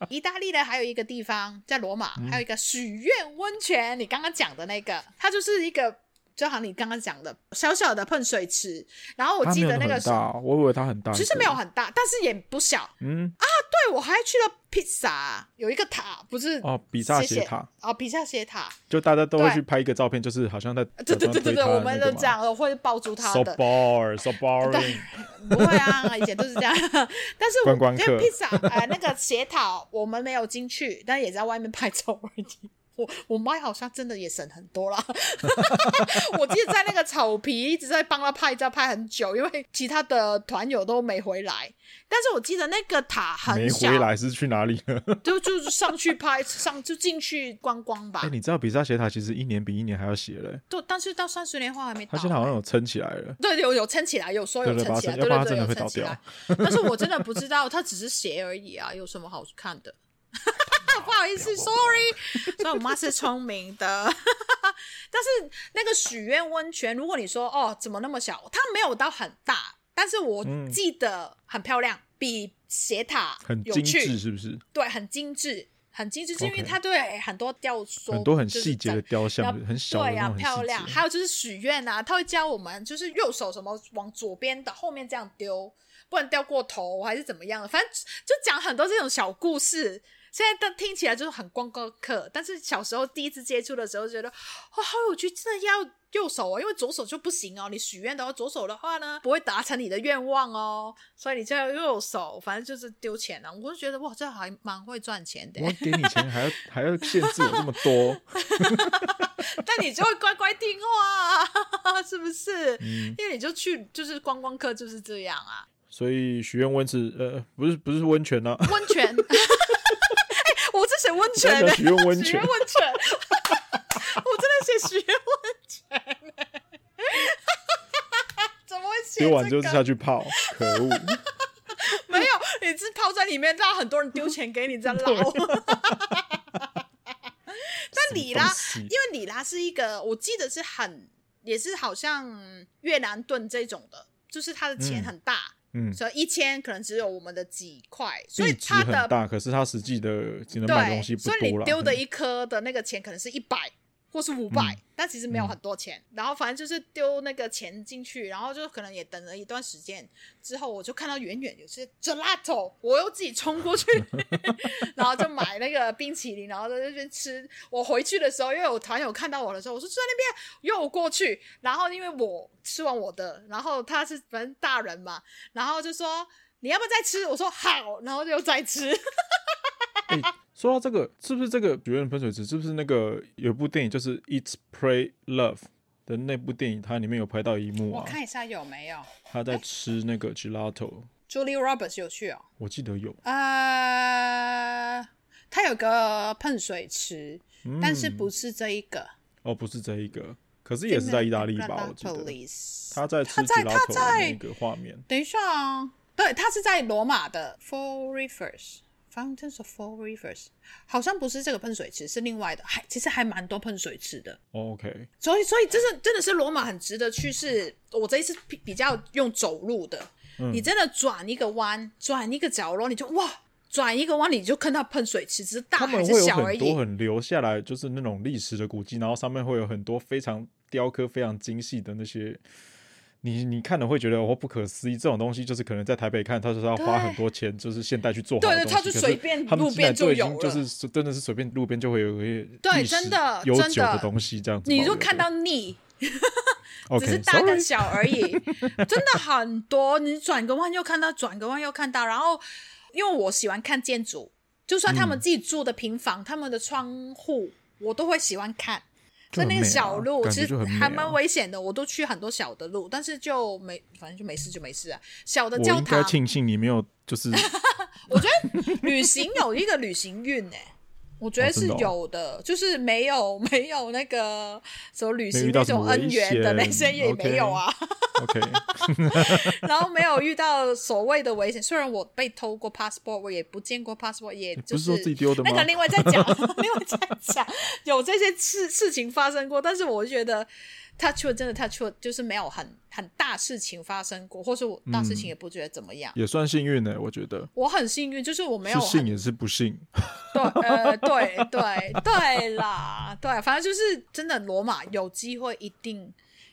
S3: 意大利呢，还有一个地方在罗
S1: 嗯
S3: 马，还有一个许愿温泉，你刚刚讲的那个，它就是一个。就好像你刚刚讲的，小小的喷水池，然后我
S1: 它
S3: 记
S1: 没有
S3: 得
S1: 那
S3: 那
S1: 么
S3: 个
S1: 很
S3: 时
S1: 大
S3: 候
S1: 哦，我以为它很大。
S3: 其实没有，很啊大，但是也不小。
S1: 嗯，
S3: 对，我还去了披萨，有一个塔，不是
S1: 哦比萨斜
S3: 谢谢
S1: 塔
S3: 哦，比萨斜塔，
S1: 就大家都会
S3: 对
S1: 去拍一个照片，就是好像在
S3: 对对对对对，我们都这样，我会抱住它
S1: So
S3: 的。
S1: boring，so
S3: 对
S1: boring。，
S3: 不会啊，以前都是这样。 但是我
S1: 观光
S3: 因
S1: 客
S3: 为披萨呃那个斜塔我们没有进去，但也在外面拍照而已。 我我妈好像真的也省很多啦， 我记得在那个草皮一直在帮她拍照，拍很久，因为其他的团友都没回来。但是我记得那个塔很
S1: 没
S3: 小，
S1: 回来是去哪里了？
S3: 就就上去拍上就进去观光吧
S1: 哎，。你知道比萨斜塔其实一年比一年还要斜嘞，
S3: 就但是到三十年后还没到
S1: 它。现在好像有撑起来了。
S3: 对，有有撑起来，有说有
S1: 对对
S3: 撑起来，对
S1: 把它
S3: 对，
S1: 撑要
S3: 有
S1: 不然它真的会
S3: 撑起
S1: 倒
S3: 来。但是我 真的不知道，它只是鞋而已啊，有什么好看的？ 不好 意思，sorry。所以我
S1: 哎
S3: 妈是聪明的， 但是那个许愿温泉，如果你说哦，怎么那么小？它没有到很大，但是我
S1: 嗯
S3: 记得很漂亮，比斜塔
S1: 很
S3: 有
S1: 精
S3: 趣
S1: 致，是不是？
S3: 对，很精致，很精致，是因为
S1: OK
S3: 它对很多雕塑，
S1: 很多很
S3: 就是
S1: 细节的
S3: 整
S1: 雕像
S3: 然后，
S1: 很小的
S3: 对
S1: 那
S3: 啊，
S1: 种很
S3: 漂
S1: 细
S3: 亮。
S1: 节。
S3: 还有就是许愿啊，他会教我们，就是右手什么往左边的后面这样丢，不然掉过头还是怎么样的，反正就讲很多这种小故事。现在但听起来就是很观光客，但是小时候第一次接触的时候，觉得哇，好有趣，真的要右手哦，因为左手就不行哦。你许愿的话，左手的话呢，不会达成你的愿望哦，所以你就要右手，反正就是丢钱啊。我就觉得哇，这还蛮会赚钱的。
S1: 我给你钱还要还要限制我这么多，
S3: 但你就会乖乖听话、啊，是不是？
S1: 嗯，
S3: 因为你就去，就是观光客就是这样啊。
S1: 所以许愿温池呃不是不是温泉呐、啊，
S3: 温 泉，哎、我这写温 泉
S1: 我刚才
S3: 呢、
S1: 想许愿温
S3: 许
S1: 泉
S3: 愿温泉， 我真的写许愿温泉、 怎么会写、这
S1: 丢
S3: 个？
S1: 完就是下去泡，可 恶！
S3: 没有，你是泡在里面，让很多人丢钱给你，这样捞。 但里拉，
S1: 什么东西
S3: 因为里拉是一个，我记得是很，也是好像越南盾这种的，就是它的钱
S1: 嗯
S3: 很大，
S1: 嗯，
S3: 所以一千可能只有我们的几块，所以
S1: 地址
S3: 它
S1: 很
S3: 的
S1: 大，可是它实际的只能买东西
S3: 对，
S1: 不
S3: 所以
S1: 多嗯
S3: 你
S1: 了。
S3: 丢的一颗的那个钱可能是一百或是五百、
S1: 嗯
S3: 但其实没有很多钱。然后反正就是丢那个钱进去，然后就可能也等了一段时间之后，我就看到远远有些 gelato，我又自己冲 过去，然后就买那个冰淇淋，然后在那边吃。我回去的时候，因为我团友看到我的时候，我说就在那边约我过去，然后因为我吃完我的，然后他是反正大人嘛，然后就说。你要不要再吃？我说好，然后就再吃。
S1: 哎说到这个，是不是这个许愿喷水池？是不是那个有部电影就是《It's Pray Love》的那部电影，它里面有拍到一幕
S3: 我
S1: 啊，
S3: 看一下有没有。
S1: 他在吃那个 gelato，
S3: Julie Roberts 有去哦，
S1: 我记得有，
S3: 呃，他有个喷水池，
S1: 嗯、
S3: 但是不是这一个，
S1: 哦，不是这一个，可是也是在意大利吧？我记得
S3: Police，
S1: 他在吃
S3: 他在他
S1: gelato 的
S3: 在
S1: 那个画面，
S3: 等一下啊、对，他是在罗马的 Four Rivers Fountains of Four Rivers，好像不是这个喷水池，是另外的，还其实还蛮多喷水池的。
S1: 哦 OK，
S3: 所以，所以真的真的是罗马很值得去是。我这一次比比较用走路的，
S1: 嗯
S3: 你真的转一个弯，转一个角落，你就哇，转一个弯你就看到喷水池，只是大
S1: 他
S3: 还
S1: 们
S3: 是
S1: 会有
S3: 小而
S1: 很
S3: 已
S1: 多。很留下来，就是那种历史的古迹，然后上面会有很多非常雕刻、非常精细的那些。你你看了会觉得哦不可思议，这种东西就是可能在台北看，他就是要花
S3: 对
S1: 很多钱，就是现代去做好的
S3: 对对
S1: 东西。
S3: 它就
S1: 可是
S3: 随便
S1: 他们
S3: 路
S1: 进来
S3: 边就
S1: 都已
S3: 有
S1: 经就
S3: 了
S1: 是随真的是随便路边就会有一些
S3: 对
S1: 历史
S3: 真的
S1: 悠
S3: 真
S1: 久
S3: 的
S1: 的东西这样子保
S3: 你
S1: 留着。
S3: 就看到腻，只
S1: OK，
S3: 是大跟
S1: sorry
S3: 小而已， 真的很多。你转个弯又看到，转个弯又看到。然后，因为我喜欢看建筑，就算他们
S1: 嗯
S3: 自己住的平房，他们的窗户，我都会喜欢看。
S1: 就
S3: 所以那
S1: 很
S3: 个
S1: 美啊
S3: 小路
S1: 感
S3: 其
S1: 觉
S3: 实
S1: 就很美
S3: 还
S1: 啊
S3: 蛮危险的，我都去很多小的路，但是就没，反正就没事就没事啊。小的
S1: 我
S3: 教
S1: 应该
S3: 堂，
S1: 庆幸你没有，就是
S3: 我觉得旅行有一个旅行运哎、我觉得
S1: 哦
S3: 是
S1: 真的哦
S3: 有的，就是没有没有那个什么旅
S1: 没
S3: 行
S1: 遇到
S3: 那
S1: 什么
S3: 种恩
S1: 危
S3: 怨
S1: 险
S3: 的那些也没有啊
S1: OK，
S3: 然后没有遇到所谓的危险。虽然我被偷过 passport，我也不见过 passport，也
S1: 不
S3: 就是
S1: 说自己丢的吗
S3: 那？个另外 再讲，另外再讲，有这些事事情发生过，但是我觉得 touch wood 真的 touch wood 就是没有很很大事情发生过，或是我大
S1: 嗯
S3: 事情也不觉得怎么样。
S1: 也算幸运欸呢、我觉得
S3: 我很幸运，就是我没有
S1: 是
S3: 很
S1: 幸也是不幸。
S3: 对，呃，对对对啦，对，反正就是真的，罗马有机会一定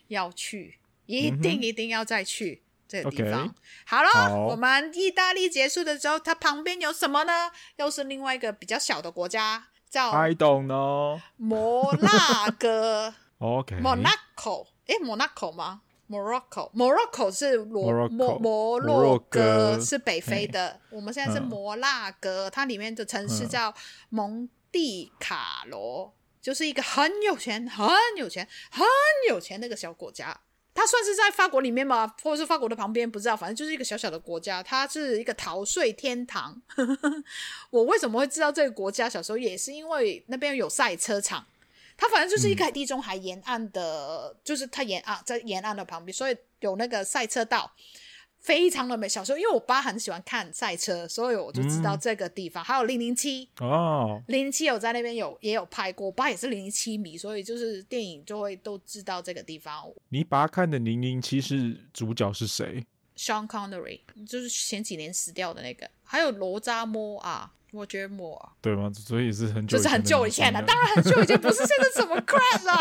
S3: 要去，一定一定要再去这个地
S1: 嗯
S3: 方。
S1: OK
S3: 好了，
S1: 好
S3: 我们意大利结束的时候，它旁边有什么呢？又是另外一个比较小的国家，叫
S1: I don't know。
S3: 摩纳哥
S1: OK，
S3: （Monaco）。诶 m o n a c o 吗？Morocco，Morocco 是罗
S1: Morocco
S3: 摩摩
S1: 摩
S3: 洛
S1: 洛
S3: 哥
S1: 哥
S3: 是北非
S1: 嘿
S3: 的，我们现在是
S1: 嗯
S3: 摩纳哥，它里面的城市
S1: 嗯
S3: 叫蒙地卡罗，就是一个很有钱、很有钱、很有钱的一个小国家。它算是在法国里面吗？或者是法国的旁边？不知道，反正就是一个小小的国家。它是一个逃税天堂。 我为什么会知道这个国家？小时候也是因为那边有赛车场。它反正就是一个地中海沿岸的，就是它沿岸在沿岸的旁边，所以有那个赛车道，非常的美。小时候因为我爸很喜欢看赛车，所以我就知道
S1: 嗯
S3: 这个地方。还有零零七，
S1: 哦，
S3: 零零七有在那边有也有拍过，我爸也是零零七迷，所以就是电影就会都知道这个地方。
S1: 你把它看的零零七是主角是谁？
S3: Sean Connery 就是前几年死掉的那个，还有罗扎摩啊。我觉得摩尔
S1: 对吗？所以是很久以
S3: 就
S1: 前的
S3: 是很久以前
S1: 的，
S3: 了， 当然很久以前，不是现在什么 crap 了。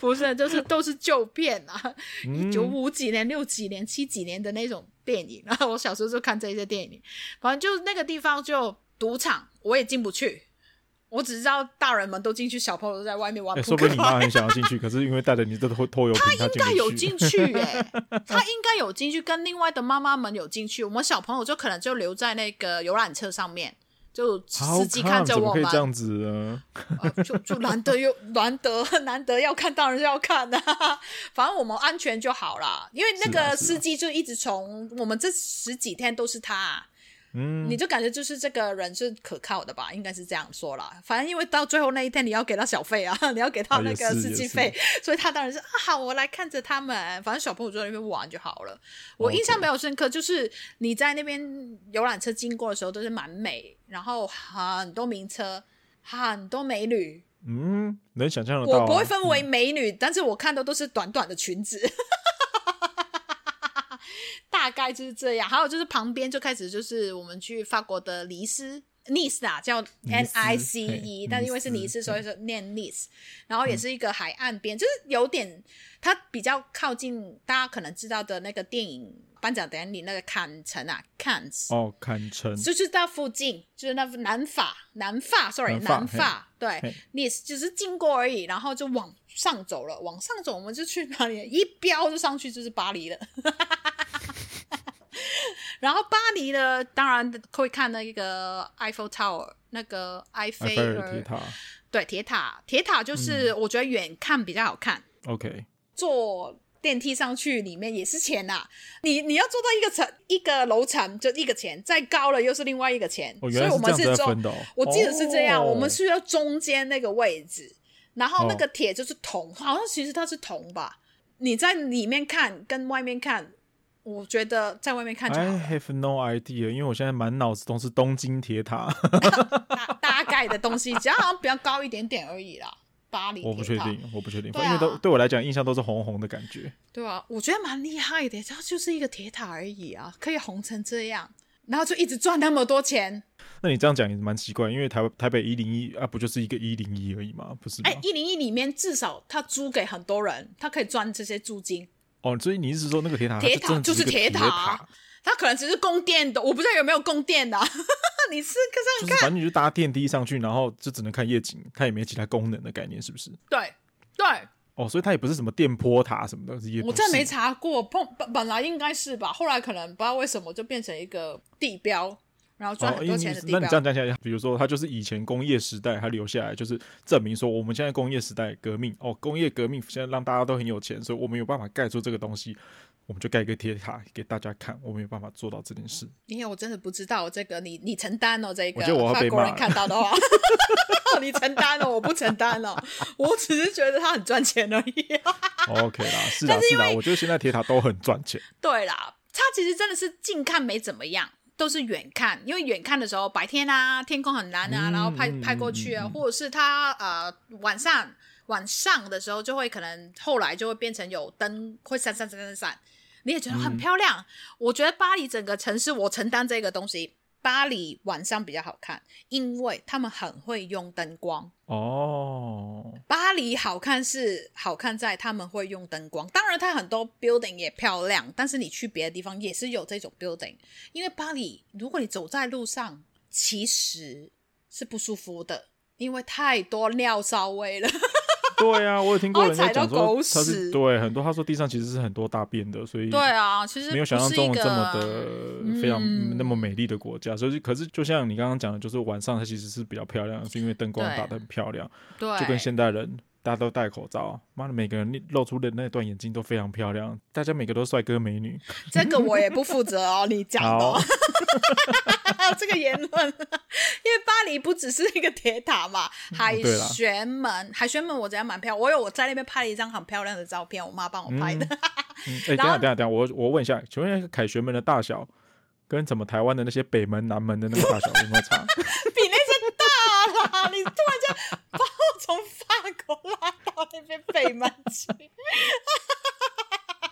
S3: 不是，就是都是旧片啊，
S1: 嗯
S3: 一九五几年、六几年、七几年的那种电影。然 后我小时候就看这些电影，反正就那个地方就赌场，我也进不去。我只知道大人们都进去，小朋友都在外面玩
S1: 哎
S3: 扑
S1: 说不
S3: 克
S1: 定你妈很想要进去，可是因为带着你这偷偷油 瓶，她
S3: 应该有
S1: 进
S3: 进去耶、 他应该有进去，跟另外的妈妈们有进去。我们小朋友就可能就留在那个游览车上面，就司机看着
S1: 怎么
S3: 我
S1: 可以
S3: 们，
S1: 这样子呢？
S3: 呃就就难得又难得难得要看，当然是要看的、 反正我们安全就好啦，因为那
S1: 是啊
S3: 个
S1: 是啊
S3: 司机就一直从我们这十几天都是他、啊
S1: 嗯，
S3: 你就感觉就是这个人是可靠的吧，应该是这样说啦。反正因为到最后那一天，你要给他小费啊， 你要给他
S1: 啊
S3: 那
S1: 也
S3: 个
S1: 是
S3: 司
S1: 也
S3: 机
S1: 是
S3: 费，所以他当然是啊，好，我来看着他们，反正小朋友就在那边玩就好了。我
S1: OK
S3: 印象没有深刻，就是你在那边游览车经过的时候都是蛮美，然后很多名车，很多美女。
S1: 嗯，能想象得到、啊。嗯
S3: 我不会分为美女，但是我看的都是短短的裙子。 大概就是这样，还有就是旁边就开始就是我们去法国的尼斯，Nice 啊，叫
S1: 尼斯
S3: N I C
S1: 嘿
S3: E，但因为是尼斯，所以说念 Nice，然后也
S1: 嗯
S3: 是一个海岸边，就是有点它比较靠近大家可能知道的那个电影颁奖典礼那个坎城啊，Cannes，
S1: 哦，坎城
S3: 就是到附近，就是那南法，南法，sorry，
S1: 南法
S3: 南法，对
S1: 嘿
S3: 你也是只是经过而已，然后就往上走了，往上走我们就去哪里？一飙就上去就是巴黎了。 然后巴黎呢，当然会看那个 Eiffel Tower，那个埃
S1: 埃
S3: 菲
S1: 哎菲尔铁塔。
S3: 对，铁塔，铁塔就是
S1: 嗯
S3: 我觉得远看比较好看，
S1: OK，
S3: 坐电梯上去，里面也是钱呐、你你要坐到一个层一个楼层就一个钱，再高了又是另外一个钱。
S1: 哦，
S3: 所
S1: 原
S3: 以
S1: 来
S3: 我
S1: 这
S3: 们
S1: 样子
S3: 是
S1: 在分
S3: 中，
S1: 的、哦。
S3: 我记得是这样，
S1: 哦
S3: 我们去到中间那个位置，然后那
S1: 哦
S3: 个铁就是铜，好像其实它是铜吧。你在里面看跟外面看，我觉得在外面看就好
S1: I
S3: 了。
S1: have no idea，因为我现在满脑子都是东京铁塔，
S3: 大大概的东西，只要好像比较高一点点而已啦。巴黎铁塔，
S1: 我不确定，我不确定，
S3: 对啊
S1: 因为都对我来讲印象都是红红的感觉。
S3: 对啊，我觉得蛮厉害的，它就是一个铁塔而已啊，可以红成这样，然后就一直赚那么多钱。
S1: 那你这样讲也蛮奇怪，因为台台北一零一啊，不就是一个一零一而已吗？不是吗？
S3: 哎，一零一里面至少它租给很多人，它可以赚这些租金。
S1: 哦，所以你是说那个铁塔
S3: 铁
S1: 它真
S3: 塔
S1: 的
S3: 就
S1: 只是
S3: 是
S1: 一个
S3: 铁
S1: 铁
S3: 塔，它可能只是供电的，我不知道有没有供电的、啊。 你是
S1: 就
S3: 可
S1: 是反正你就搭电梯上去，然后就只能看夜景，它也没其他功能的概念，是不是？
S3: 对对，
S1: 哦，所以它也不是什么电波塔什么的，也不
S3: 我真
S1: 是
S3: 没查过，碰本本来应该是吧，后来可能不知道为什么就变成一个地标，然后赚
S1: 哦，
S3: 很
S1: 因
S3: 多
S1: 为
S3: 钱的地
S1: 那
S3: 标。
S1: 你这样讲起来，比如说，它就是以前工业时代，它留下来就是证明说，我们现在工业时代革命，哦，工业革命现在让大家都很有钱，所以我们有办法盖出这个东西，我们就盖一个铁塔给大家看，我们有办法做到这件事。
S3: 因为我真的不知道这个，你你承担哦，这个
S1: 我觉得我要
S3: 法
S1: 被
S3: 国
S1: 骂
S3: 人
S1: 了
S3: 看到的话， 你承担哦，我不承担哦， 我只是觉得他很赚钱而已、
S1: OK 啦，是啦是啦，我觉得现在铁塔都很赚钱。
S3: 对啦，他其实真的是近看没怎么样，都是远看，因为远看的时候白天啊，天空很蓝啊，
S1: 嗯
S3: 然后拍
S1: 嗯
S3: 拍过去啊，
S1: 嗯嗯
S3: 或者是他呃晚上晚上的时候就会可能后来就会变成有灯会闪闪闪闪闪，你也觉
S1: 嗯
S3: 得很漂亮。我觉得巴黎整个城市，我承担这个东西。巴黎晚上比较好看，因为他们很会用灯光。
S1: 哦，
S3: 巴黎好看是好看在他们会用灯光，当然它很多 building 也漂亮，但是你去别的地方也是有这种 building，因为巴黎如果你走在路上，其实是不舒服的，因为太多尿骚味
S1: 嗯
S3: 了。
S1: 对啊，我有听过人家讲
S3: 它会踩到
S1: 说
S3: 狗，
S1: 它是
S3: 屎
S1: 对很多，他说地上其实是很多大便的，所以
S3: 对啊，其实
S1: 没有想象中
S3: 不
S1: 的
S3: 是一
S1: 这
S3: 个
S1: 么的非常
S3: 嗯
S1: 那么美丽的国家，所以可是就像你刚刚讲的，就是晚上它其实是比较漂亮，是因为灯光
S3: 对
S1: 打得很漂亮，
S3: 对，
S1: 就跟现代人大家都戴口罩，妈的每个人露出的那段眼睛都非常漂亮，大家每个都帅哥美 女，
S3: 这个我也不负责哦，你讲的、哦
S1: 好。
S3: 这个言论，因为巴黎不只是一个铁塔嘛，海
S1: 嗯对啦
S3: 旋门，海旋门我觉得蛮漂亮，我有我在那边拍了一张很漂亮的照片，我妈帮我拍的。
S1: 嗯，哎、等一
S3: 然后
S1: 下等一下等一下，我我问一下，请问一下凯旋门的大小跟怎么台湾的那些北门南门的那个大小有没有差？
S3: 比那些大啦！你突然间把我从法国拉到那边北门去，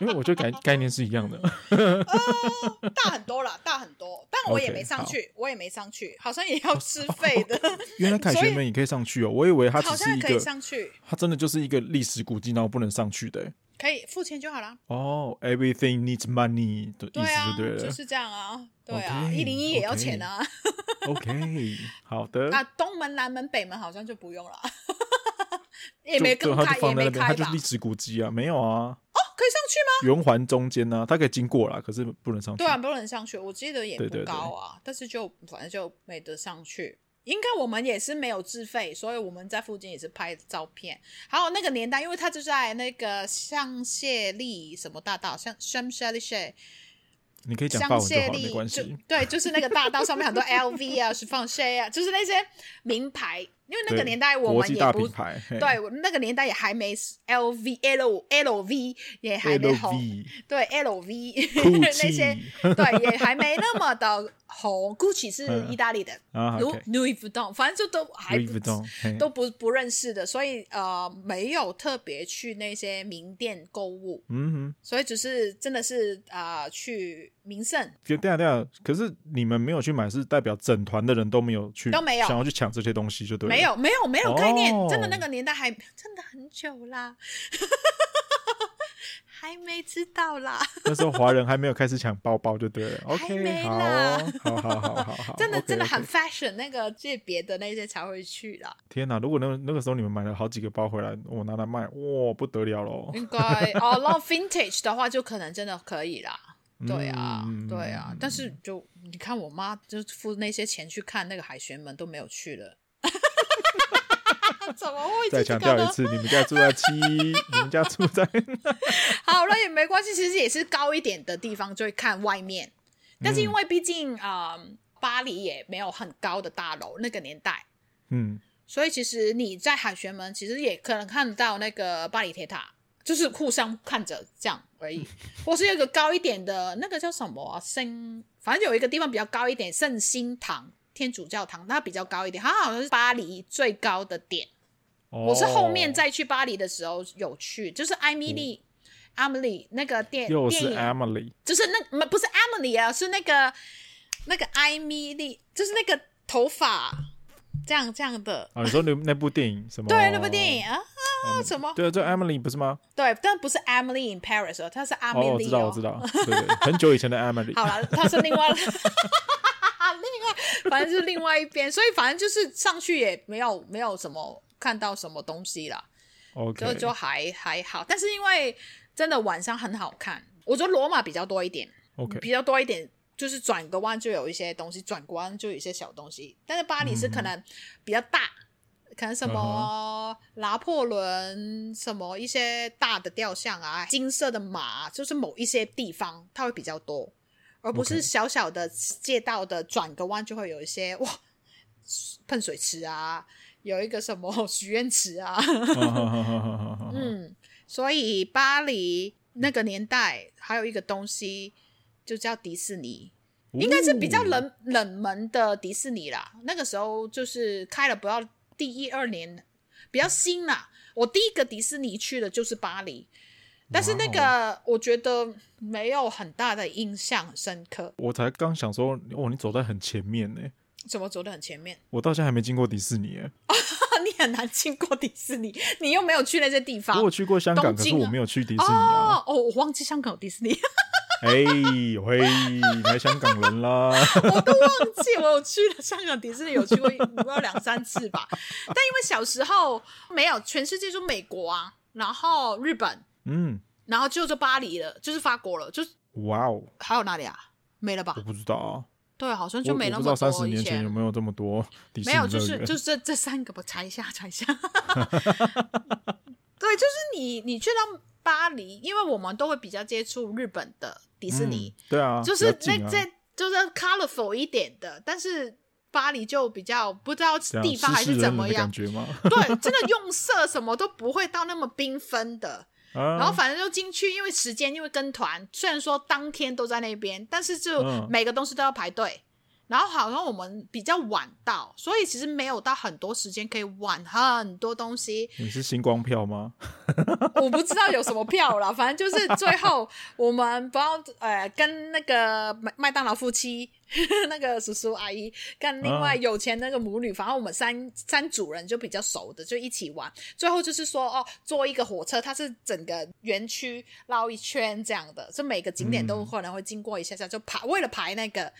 S1: 因为我觉得概概念是一样的。
S3: 大很多啦，大很多。但我也
S1: OK，
S3: 没上
S1: 好哦
S3: 去，我也没上去，好像也要 吃费的，
S1: 原来凯
S3: 所以
S1: 旋门也可以上去哦，我以为它
S3: 好
S1: 只是
S3: 像
S1: 一
S3: 可以
S1: 个，
S3: 上去，
S1: 它真的就是一个历史古迹，然后不能上去的欸。
S3: 可以付钱就好了。
S1: 哦、e v e r y t h i n g needs money 的意
S3: 对
S1: 思
S3: 啊，
S1: 就对了。
S3: 是这样啊，对啊，
S1: OK，
S3: 一零一也要钱啊。
S1: OK，好的。
S3: 啊，东门、南门、北门好像就不用了， 也
S1: 就
S3: 没
S1: 就
S3: 更
S1: 它
S3: 开，
S1: 就
S3: 也
S1: 放在
S3: 没
S1: 那边，
S3: 开
S1: 它就是
S3: 吧
S1: 历？史古迹啊，没有啊，
S3: 可以上去吗？
S1: 圆环中间呢、啊，它可以经过啦，可是不能上去。
S3: 对啊，不能上去，我记得也
S1: 对
S3: 不
S1: 对对
S3: 高啊，但是就反正就没得上去。应该我们也是没有自费，所以我们在附近也是拍照片。还有那个年代，因为它就在那个香榭丽什么大道，像 s h a m s h a l i s h e
S1: 你可以讲
S3: 香
S1: 法文就
S3: 榭
S1: 好，没
S3: 丽
S1: 关
S3: 就
S1: 系。
S3: 对，就是那个大道上面很多 LV 啊、是放 h 啊，就是那些名牌。因为那个
S1: 对
S3: 年代我
S1: 国
S3: 们
S1: 际
S3: 也
S1: 大
S3: 不
S1: 品牌，嘿
S3: 对，我那个年代也还没 L V L L V 也还没红，
S1: ，LV
S3: 对 L V 那些
S1: Gucci
S3: 对也还没那么的红。Gucci 是
S1: 嗯
S3: 意大利的，
S1: 啊
S3: 如
S1: ，OK，
S3: Louis Vuitton，反正就都还
S1: Louis
S3: 不
S1: Vuitton，嘿
S3: 都不不认识的，所以呃没有特别去那些名店购物，
S1: 嗯哼，
S3: 所以只是真的是啊去名胜
S1: 就对啊对啊。可是你们没有去买，是代表整团的人都没有去，
S3: 都没有
S1: 想要去抢这些东西，就对了。
S3: 没有哦没有没有概念，真的
S1: 哦
S3: 那个年代还真的很久啦，还没知道啦。
S1: 那时候华人还没有开始抢包包，就对了。
S3: 还
S1: OK，
S3: 没
S1: 好
S3: 啦
S1: 哦，好好好好好，
S3: 真的
S1: 哦 OK，
S3: 真的
S1: OK
S3: 很 fashion，那个界别的那些才会去啦。
S1: 天哪！如果那那个时候你们买了好几个包回来，我拿来卖，哇，不得了喽！
S3: 应 该哦，然后 vintage 的话，就可能真的可以啦。对啊，
S1: 嗯
S3: 对啊，但是就你看，我妈就付那些钱去看那个海旋门都没有去了。怎么会
S1: 再
S3: 这
S1: 强
S3: 个
S1: 调一
S3: 呢？
S1: 次，你们家住 在七，你们家住在
S3: 好了也没关系，其实也是高一点的地方就会看外面， 但是因为毕竟啊、呃巴黎也没有很高的大楼，那个年代，
S1: 嗯，
S3: 所以其实你在海旋门，其实也可能看到那个巴黎铁塔，就是互相看着这样 而已，或是有一个高一点的那个叫什么啊圣、反正有一个地方比较高一点，圣心堂天主教堂，它比较高一点，它好像是巴黎最高的点。
S1: 嗯
S3: 我是后面
S1: 在
S3: 再去巴黎的时候有去，就是艾米丽。阿米丽那个电
S1: 嗯又
S3: 电
S1: 是
S3: 影啊
S1: Emily，
S3: 就是那不是 Emily 啊，是那个那个艾米丽，就是那个头发这样这样的，
S1: 啊，你说那那部电影什么？
S3: 对，那部电影啊，
S1: Emily
S3: 什么
S1: 对，这 Emily 不是吗？
S3: 对，但不是 Emily in Paris 哦，她是
S1: 哦，
S3: Emily 哦。
S1: 我知道，我知道，对对，很久以前的 Emily。
S3: 好了，她是 另外， 另外，反正是另外一边，所以反正就是上去也没有没有什么看到什么东西啦，就
S1: OK，
S3: 就还还好，但是因为真的晚上很好看，我觉得罗马比较多一点，
S1: OK，
S3: 比较多一点。就是转个弯就有一些东西，转个弯就有一些小东西。但是巴黎
S1: 嗯
S3: 是可能比较大，可能什么拿破仑、什么一些大的雕像啊，金色的马，啊就是某一些地方它会比较多，而不是
S1: OK
S3: 小小的街道的转个弯就会有一些哇喷水池啊，有一个什么 许愿池啊，
S1: 嗯，
S3: 嗯，所以巴黎那个年代还有一个东西就叫迪士尼，应该是比较
S1: 哦
S3: 冷冷门的迪士尼啦。那个时候就是开了不要第一二年，比较新啦。我第一个迪士尼去的就是巴黎，但是那个我觉得没有很大的印象深刻。
S1: 我才刚想说，哦，你走在很前面呢，
S3: 怎么走得很前面？
S1: 我到现在还没经过迪士尼耶。欸
S3: 你很难经过迪士尼，你又没有去那些地方。
S1: 我有去过香港，
S3: 啊东
S1: 可是
S3: 京啊
S1: 我没有去迪士尼啊。
S3: 哦哦，我忘记香港有迪士尼。
S1: 哎喂，你还香港人啦？
S3: 我都忘记我有去了香港迪士尼，有去 过一不知道两三次吧。但因为小时候没有，全世界就美国啊，然后日本，
S1: 嗯，
S3: 然后就就巴黎了，就是法国了，就是
S1: 哇哦，
S3: 还有哪里啊？没了吧
S1: 我？不知道啊，
S3: 对，好像
S1: 我
S3: 就没
S1: 我
S3: 那
S1: 不
S3: 么
S1: 知道
S3: 多。
S1: 三十年前有
S3: 以前
S1: 没有这么多迪士尼
S3: 没有，就是就是是这这三个吧，查一下 查一下。对，就是你你去到巴黎，因为我们都会比较接触日本的迪
S1: 迪
S3: 士尼，
S1: 对啊，
S3: 就是
S1: 比较
S3: 那
S1: 近啊
S3: 这就是 colorful 一点的，但是巴黎就比较不知道
S1: 这样
S3: 地方还
S1: 狮
S3: 是
S1: 子
S3: 怎
S1: 啊人
S3: 么
S1: 的感
S3: 样，
S1: 觉吗？
S3: 对，真的用色什么都不会到那么缤纷的。
S1: 然
S3: 然后反正就进去，因为时间因为跟团，虽然说当天都在那边，但是就
S1: 嗯
S3: 每个东西都要排队，然后好像我们比较晚到，所以其实没有到很多时间可以晚很多东西。
S1: 你是星光票吗？
S3: 我不知道有什么票啦，反正就是最后我们不要呃跟那个麦麦当劳夫妻 那个叔叔阿姨跟另外
S1: 啊
S3: 有钱那个母女，反正我们三三组人就比较熟的，就一起玩。最后就是说哦，坐一个火车，它是整个园区绕一圈这样的，就每个景点都可能会经过一下下，就排为了排那个，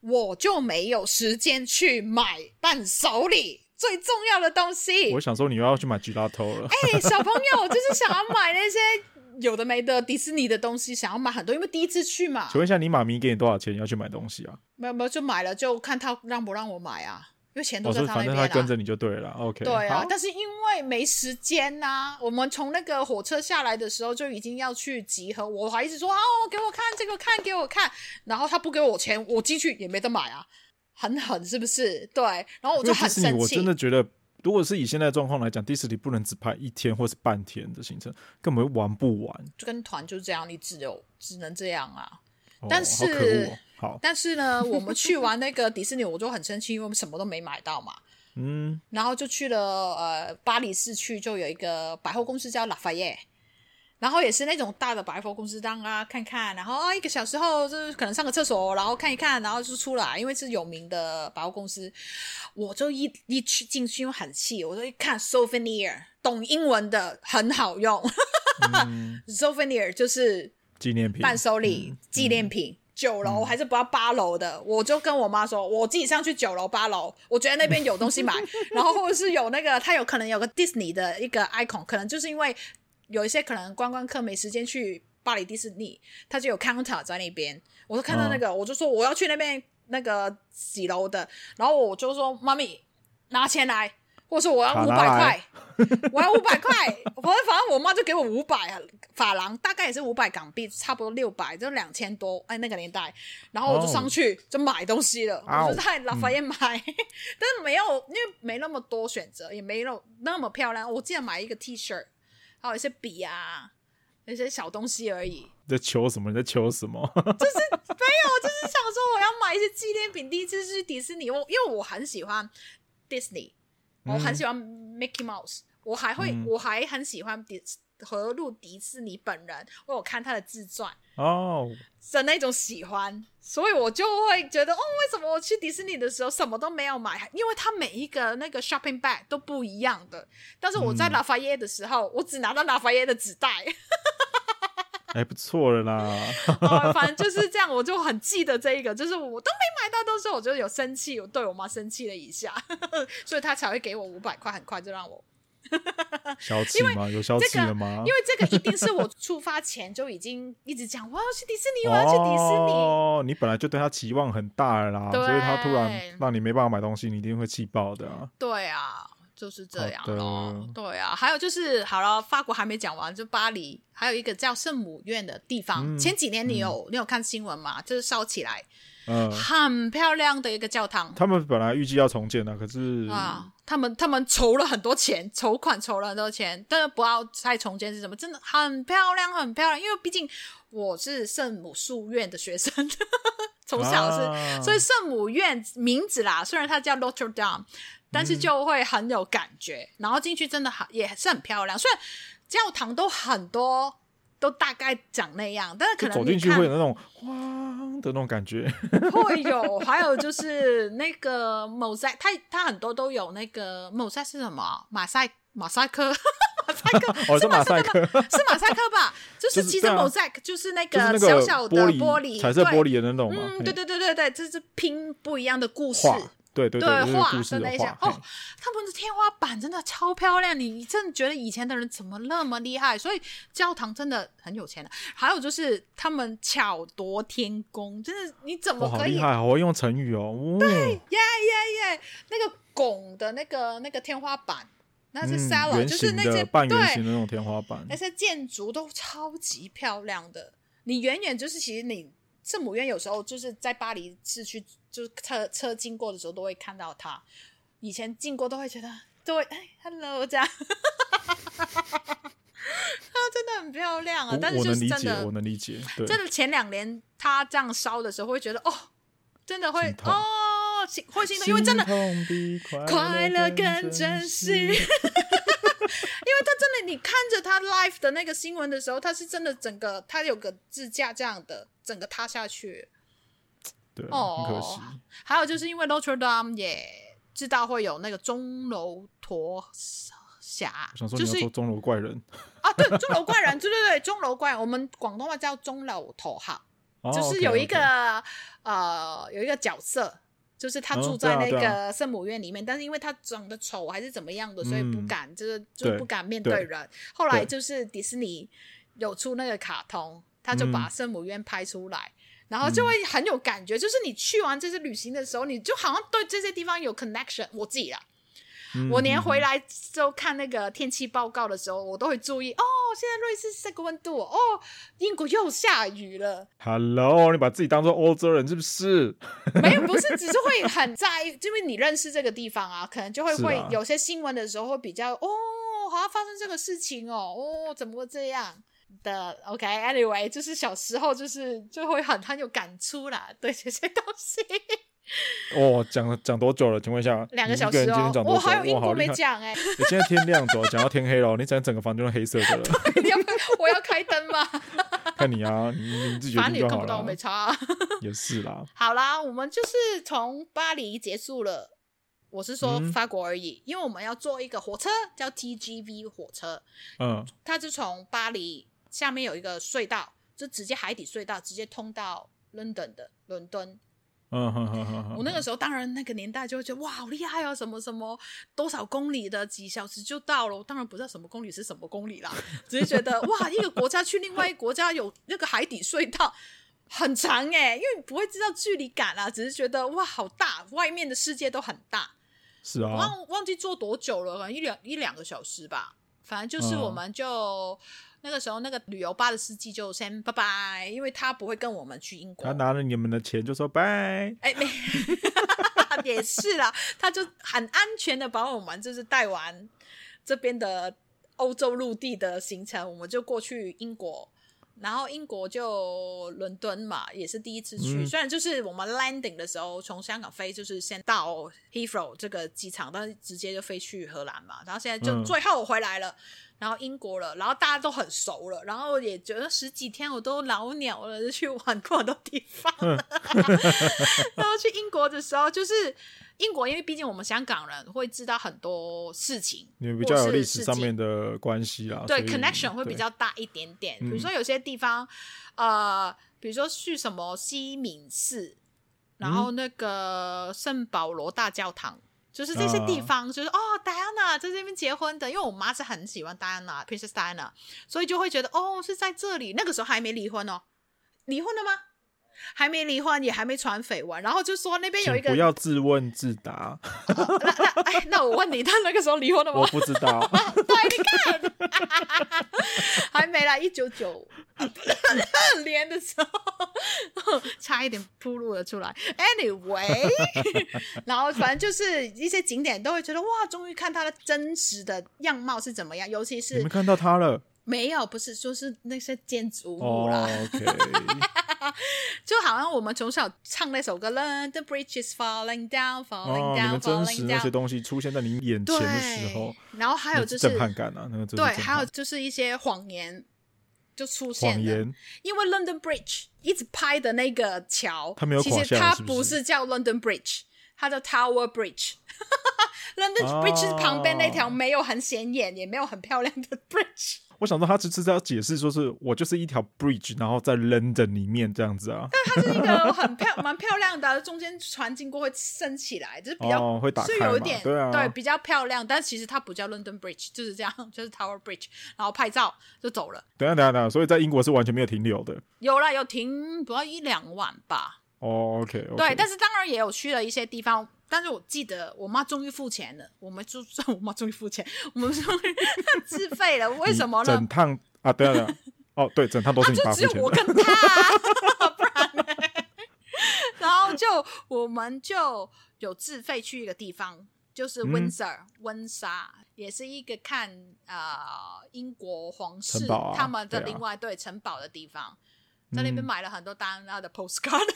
S3: 我就没有时间去买伴手礼最重要的东西。
S1: 我想说你又要去买吉拉头了。
S3: 哎、小朋友，我就是想要买那些有的没的迪士尼的东西，想要买很多，因为第一次去嘛
S1: 请，问一下，你妈咪给你多少钱要去买东西啊？
S3: 没有没有就买了，就看他让不让我买啊，因为钱
S1: 我
S3: 都在
S1: 说
S3: 他那
S1: 哦反
S3: 边
S1: 正
S3: 啦、
S1: 她跟着你就对了啦。OK，
S3: 对啊
S1: 好，
S3: 但是因为没时间呐、我们从那个火车下来的时候就已经要去集合，我还一直说哦，给我看这个看，给我看，然后他不给我钱，我进去也没得买啊，很狠是不是？对，然后我
S1: 因
S3: 就
S1: 为
S3: 很
S1: 迪士尼
S3: 生
S1: 我
S3: 气
S1: 真。的觉得，如果是以现在的状况来讲，迪士尼不能只排一天或是半天的行程，根本玩不完。
S3: 就跟团就这样，你只有只能这样啊。
S1: 哦
S3: 但
S1: 好可
S3: 是
S1: 恶哦好，
S3: 但是呢， 我们去完那个迪士尼，我就很生气，因为我们什么都没买到嘛。
S1: 嗯，
S3: 然后就去了呃巴黎市区，就有一个百货公司叫拉法耶，然后也是那种大的百货公司，让啊看看，然后啊一个小时后就是可能上个厕所，然后看一看，然后就出来，因为是有名的百货公司，我就一一去进去，因为很气，我就一看 souvenir，懂英文的很好用、s o u v e n i r 就是
S1: 纪念品嗯
S3: 伴手礼、纪念品。九楼还是不要八楼的，我就跟我妈说，我自己上去九楼、八楼，我觉得那边有 东西买，然后或者是有那个，它有可能有个 Disney 的一个 icon，可能就是因为有一些可能观光客没时间去巴黎迪士尼，它就有 counter 在那边，我就看
S1: 嗯
S3: 到那个，我就说我要去那边那个几楼的，然后我就说妈咪拿钱来，或者说我要
S1: 好
S3: 五
S1: 拿
S3: 百块
S1: 来，
S3: 我要五百块，反正反正我妈就给我五百法郎，大概也是五百港币，差不多六百，就两千多，哎，那个年代。然后我就上去、就买东西了，
S1: 哦
S3: 我就在老法院买，但是没有，因为没那么多选择，也没有那么漂亮。我记得买一个 T 恤，还有一些笔啊，一些小东西而已。
S1: 你在求什么？你在求什么？
S3: 就是想说我要买一些纪念品。第一次去迪士尼，我因为我很喜欢 Disney，我很喜欢 Mickey Mouse，、我还会、
S1: 嗯
S3: 我还很喜欢迪和路迪士尼本人，我有看他的自传
S1: 哦，
S3: 的那种喜欢，所以我就会觉得哦，为什么我去迪士尼的时候什么都没有买？因为它每一个那个 shopping bag 都不一样的。但是我在
S1: 嗯
S3: 拉法耶的时候，我只拿到拉法耶的纸袋。
S1: 哎，不错了啦。
S3: 哦，反正就是这样，我就很记得这一个，就是我都没买到东西，我就有生气，我对我妈生气了一下， 所以她才会给我五百块，很快就让我，
S1: 小气吗？有小气了吗？
S3: 因为这个一定是我出发前就已经一直讲，我要去迪士尼，我要去迪士尼。
S1: 哦，你本来就对他期望很大了啦，
S3: 对
S1: 所以他突然让你没办法买东西，你一定会气爆的啊。
S3: 对啊，就是这样
S1: 好
S3: 咯
S1: 的。
S3: 对啊，还有就是，好了，法国还没讲完，就巴黎还有一个叫圣母院的地方，
S1: 嗯
S3: 前几年你有、你有看新闻吗？就是烧起来，
S1: 嗯，
S3: 很漂亮的一个教堂。
S1: 他们本来预计要重建的，可是
S3: 啊，他们他们筹了很多钱，筹款筹了很多钱，但是不要太重建是什么，真的很漂亮，很漂亮。因为毕竟我是圣母书院的学生， 从小是，
S1: 啊
S3: 所以圣母院名字啦，虽然它叫 Notre Dame，但是就会很有感觉。然后进去真的很也是很漂亮，虽然教堂都很多。都大概长那样，但是
S1: 就
S3: 可能
S1: 走
S3: 你
S1: 进去
S3: 看
S1: 会有那种哇的那种感 觉。
S3: 会有，还有就是那个某赛，它它很多都有那个某赛是什么啊？马赛马赛克， 马赛克
S1: 哦，
S3: 是
S1: 是马
S3: 马
S1: 赛
S3: 赛
S1: 克，
S3: 克是马赛克吧？就
S1: 就
S3: 是
S1: 是
S3: 其实
S1: 对啊
S3: 某赛克就是那
S1: 就是那
S3: 个
S1: 个
S3: 小小的
S1: 璃彩色
S3: 对
S1: 玻璃的那种嘛。
S3: 嗯，
S1: 嘿
S3: 对对对对对，这是拼不一样的故事。
S1: 画，对对
S3: 对
S1: 就是
S3: 画
S1: 故事
S3: 的那
S1: 的
S3: 些
S1: 画。
S3: 哦
S1: 嘿，
S3: 他们的天花板真的超漂亮，你你真的觉得以前的人怎么那么厉害？所以教堂真的很有钱的、还有就是他们巧夺天工，真的你怎么
S1: 哇，好
S3: 可
S1: 厉
S3: 以
S1: 害，好会用成语哦。哦
S3: 耶耶耶！那个拱的那个那个天花板，那是
S1: 嗯
S3: s a l a
S1: 圆
S3: 就是
S1: 形
S3: 那些
S1: 的半圆形
S3: 对哎
S1: 的那种天花板
S3: 那，些建筑都超级漂亮的。你远远就是，其实你圣母院有时候就是在巴黎市区，就是车车经过的时候都会看到它。以前经过都会觉得，都会哎，hello 这样。 它真的很漂亮啊，
S1: 我
S3: 但是
S1: 我
S3: 就
S1: 能
S3: 是
S1: 理
S3: 真
S1: 解，
S3: 的
S1: 我能理解。对，
S3: 真的前两年他这样烧的时候，会觉得哦，真的会
S1: 心痛
S3: 哦，心会心动，因为真的
S1: 痛比快
S3: 快
S1: 乐
S3: 乐更珍惜。因为
S1: 惜。
S3: 他真的，你看着他 live 的那个新闻的时候，他是真的整个他有个支架这样的，整个塌下去。
S1: 对，
S3: 哦
S1: 很可惜。
S3: 还有就是因为 Notre Dame 也知道会有那个钟楼驼峡
S1: 我想，说
S3: 就
S1: 你要
S3: 是
S1: 说钟楼怪人，
S3: 啊，对，钟楼怪人，对对对，钟楼怪人，我们广东话叫钟楼头号，
S1: 哦
S3: 就是
S1: OK，
S3: 有一
S1: OK
S3: 个呃有一个角色，就是他
S1: 哦
S3: 住
S1: 对
S3: 在
S1: 啊
S3: 那
S1: 对啊
S3: 个圣母院里面，但是因为他长得丑还是怎么样的，所以不
S1: 嗯
S3: 敢，就是就
S1: 对
S3: 不敢面
S1: 对
S3: 对人。后来
S1: 对
S3: 就是迪士尼有出那个卡通，他就把
S1: 嗯
S3: 圣母院拍出来。然后就会很有感觉，就是你去完这次旅行的时候，你就好像对这些地方有 connection。我自己啦，
S1: 嗯
S3: 我连
S1: 嗯
S3: 回
S1: 嗯
S3: 来之后看那个天气报告的时候，我都会注意哦，现在瑞士是这个温度哦，英国又下雨了，
S1: Hello，你把自己当做欧洲人是不是？
S3: 没有，不是，只是会很在意，因为你认识这个地方啊，可能就会
S1: 是啊
S3: 会有些新闻的时候会比较哦，好像发生这个事情哦，哦，怎么会这样的？OK，anyway，、就是小时候就是就会很很有感触啦，对这些东西。
S1: 哦，讲了讲多久了？请问一下，
S3: 两
S1: 你
S3: 个
S1: 一
S3: 小
S1: 人
S3: 时
S1: 今
S3: 哦
S1: 天讲，多
S3: 我
S1: 久？
S3: 还有英
S1: 哇好
S3: 国
S1: 厉
S3: 没
S1: 害！
S3: 讲哎、
S1: 欸现在天亮走，讲到天黑了，你整整个房间都黑色 的了。
S3: 你 要不要我要开灯吗？
S1: 看你啊，你你自己决
S3: 反
S1: 定
S3: 正你也
S1: 就
S3: 看
S1: 好
S3: 不到，我
S1: 了
S3: 没。查、啊。
S1: 也是啦，
S3: 好啦，我们就是从巴黎结束了。我是说
S1: 嗯
S3: 法国而已，因为我们要坐一个火车叫 TGV 火车，
S1: 嗯，
S3: 它就从巴黎下面有一个隧道，就直接海底隧道直接通到 London 的伦敦。
S1: 嗯哼哼哼哼，
S3: 我那个时候当然那个年代就会觉得哇好厉害哦，什么什么多少公里的几小时就到了，我当然不知道什么公里是什么公里啦，只是觉得哇一个国家去另外一个国家有那个海底隧道。很长哎、因为你不会知道距离感啊，只是觉得哇好大，外面的世界都很大。
S1: 是啊，
S3: 忘忘记坐多久了，可能一两一两个小时吧。反正就是
S1: 嗯
S3: 我们就、那个时候那个旅游巴的司机就先拜拜，因为他不会跟我们去英国
S1: 他。拿了你们的钱就说拜，
S3: 哎，没，也是啦，他就很安全的把我们就是带完这边的欧洲陆地的行程，我们就过去英国。然后英国就伦敦嘛，也是第一次去。
S1: 嗯
S3: 虽然就是我们 landing 的时候从香港飞，就是先到 Heathrow 这个机场，但是直接就飞去荷兰嘛。然后现在就
S1: 嗯
S3: 最后我回来了，然后英国了，然后大家都很熟了，然后也觉得十几天我都老鸟了，就去玩过很多地方了。 然后去英国的时候，就是英国，因为毕竟我们香港人会知道很多事情，
S1: 你们比较
S3: 或
S1: 有
S3: 是
S1: 历史
S3: 事
S1: 上
S3: 情
S1: 面的关系啦，
S3: 对
S1: 哦所以
S3: connection 会
S1: 对
S3: 比较大一点点。比如
S1: 嗯
S3: 说有些地方，呃，比如说去什么西敏寺，然
S1: 嗯
S3: 后那个圣保罗大教堂。就是这些地
S1: 啊
S3: 方，就是、哦，Diana 在这边结婚的，因为我妈是很喜欢 Diana，Princess Diana，所以就会觉得哦是在这里。那个时候还没离婚哦，离婚了吗？还没离婚，也还没传绯闻，然后就说那边有一
S1: 请
S3: 个
S1: 不，要自问自答，
S3: 哎，那我问你，他那个时候离 婚了吗
S1: 我？不知 道，
S3: 还没啦，一九九年的时候，差一点铺路了出来。Anyway，然 后反正就是一些景点都会觉得哇，终于看它的真实的样貌是怎么样，尤其
S1: 你
S3: 是
S1: 们看到他了
S3: 没有不是就是那些建筑物
S1: 哦
S3: 啦，
S1: ，OK，
S3: 就好像我们从小唱那首歌《London Bridge is falling down,
S1: 哦
S3: falling，
S1: 你
S3: down,
S1: 们真
S3: falling
S1: 实那些
S3: down》。
S1: 东西出现在你眼前的时候
S3: 对，，然后还有
S1: 那
S3: 就是
S1: 震撼感啊，那个真的
S3: 对，
S1: 是震
S3: 还有
S1: 撼
S3: 就是一些谎言就出现了。
S1: 谎言，
S3: 因为 London Bridge 一直拍的那个桥，
S1: 它没有
S3: 其
S1: 垮
S3: 实
S1: 下来
S3: 它
S1: 是不
S3: 不
S1: 是
S3: 是叫 London Bridge，它叫 Tower Bridge。London
S1: 哦
S3: Bridge 是旁边那条没有很显眼、也没有很漂亮的 bridge，
S1: 我想说他只是要解释，说是我就是一条 bridge，然后在 London 里面这样子啊，
S3: 它是一个很漂蛮漂亮的，啊中间船经过会升起来，就是比较、
S1: 哦会打
S3: 是
S1: 开
S3: 有一
S1: 嘛
S3: 点
S1: 对啊
S3: 比较漂亮，但其实它不叫 London Bridge，就是这样，就是 Tower Bridge，然后拍照就走了。
S1: 等一下等一下等一下，所以在英国是完全没有停留的。
S3: 有啦，有停不到一两晚吧，
S1: 哦，OK，, o k
S3: 对，但是当然也有去了一些地方，但是我记得我妈终于付钱了，我们就我妈终于付钱，我们终于 自费了，为什么呢
S1: 整？趟啊，对啊，对啊哦，对，整趟都是
S3: 啊，
S1: 你
S3: 就
S1: 爸付
S3: 只有
S1: 钱
S3: 我
S1: 的。
S3: 跟她， 不然呢？然后就我们就有自费去一个地方，就是
S1: 嗯
S3: Windsor、温莎，也是一个看呃英国皇室、
S1: 城堡啊
S3: 他们的
S1: 对啊
S3: 另外对城堡的地方，在那边
S1: 嗯
S3: 买了很多丹娜的啊 postcard。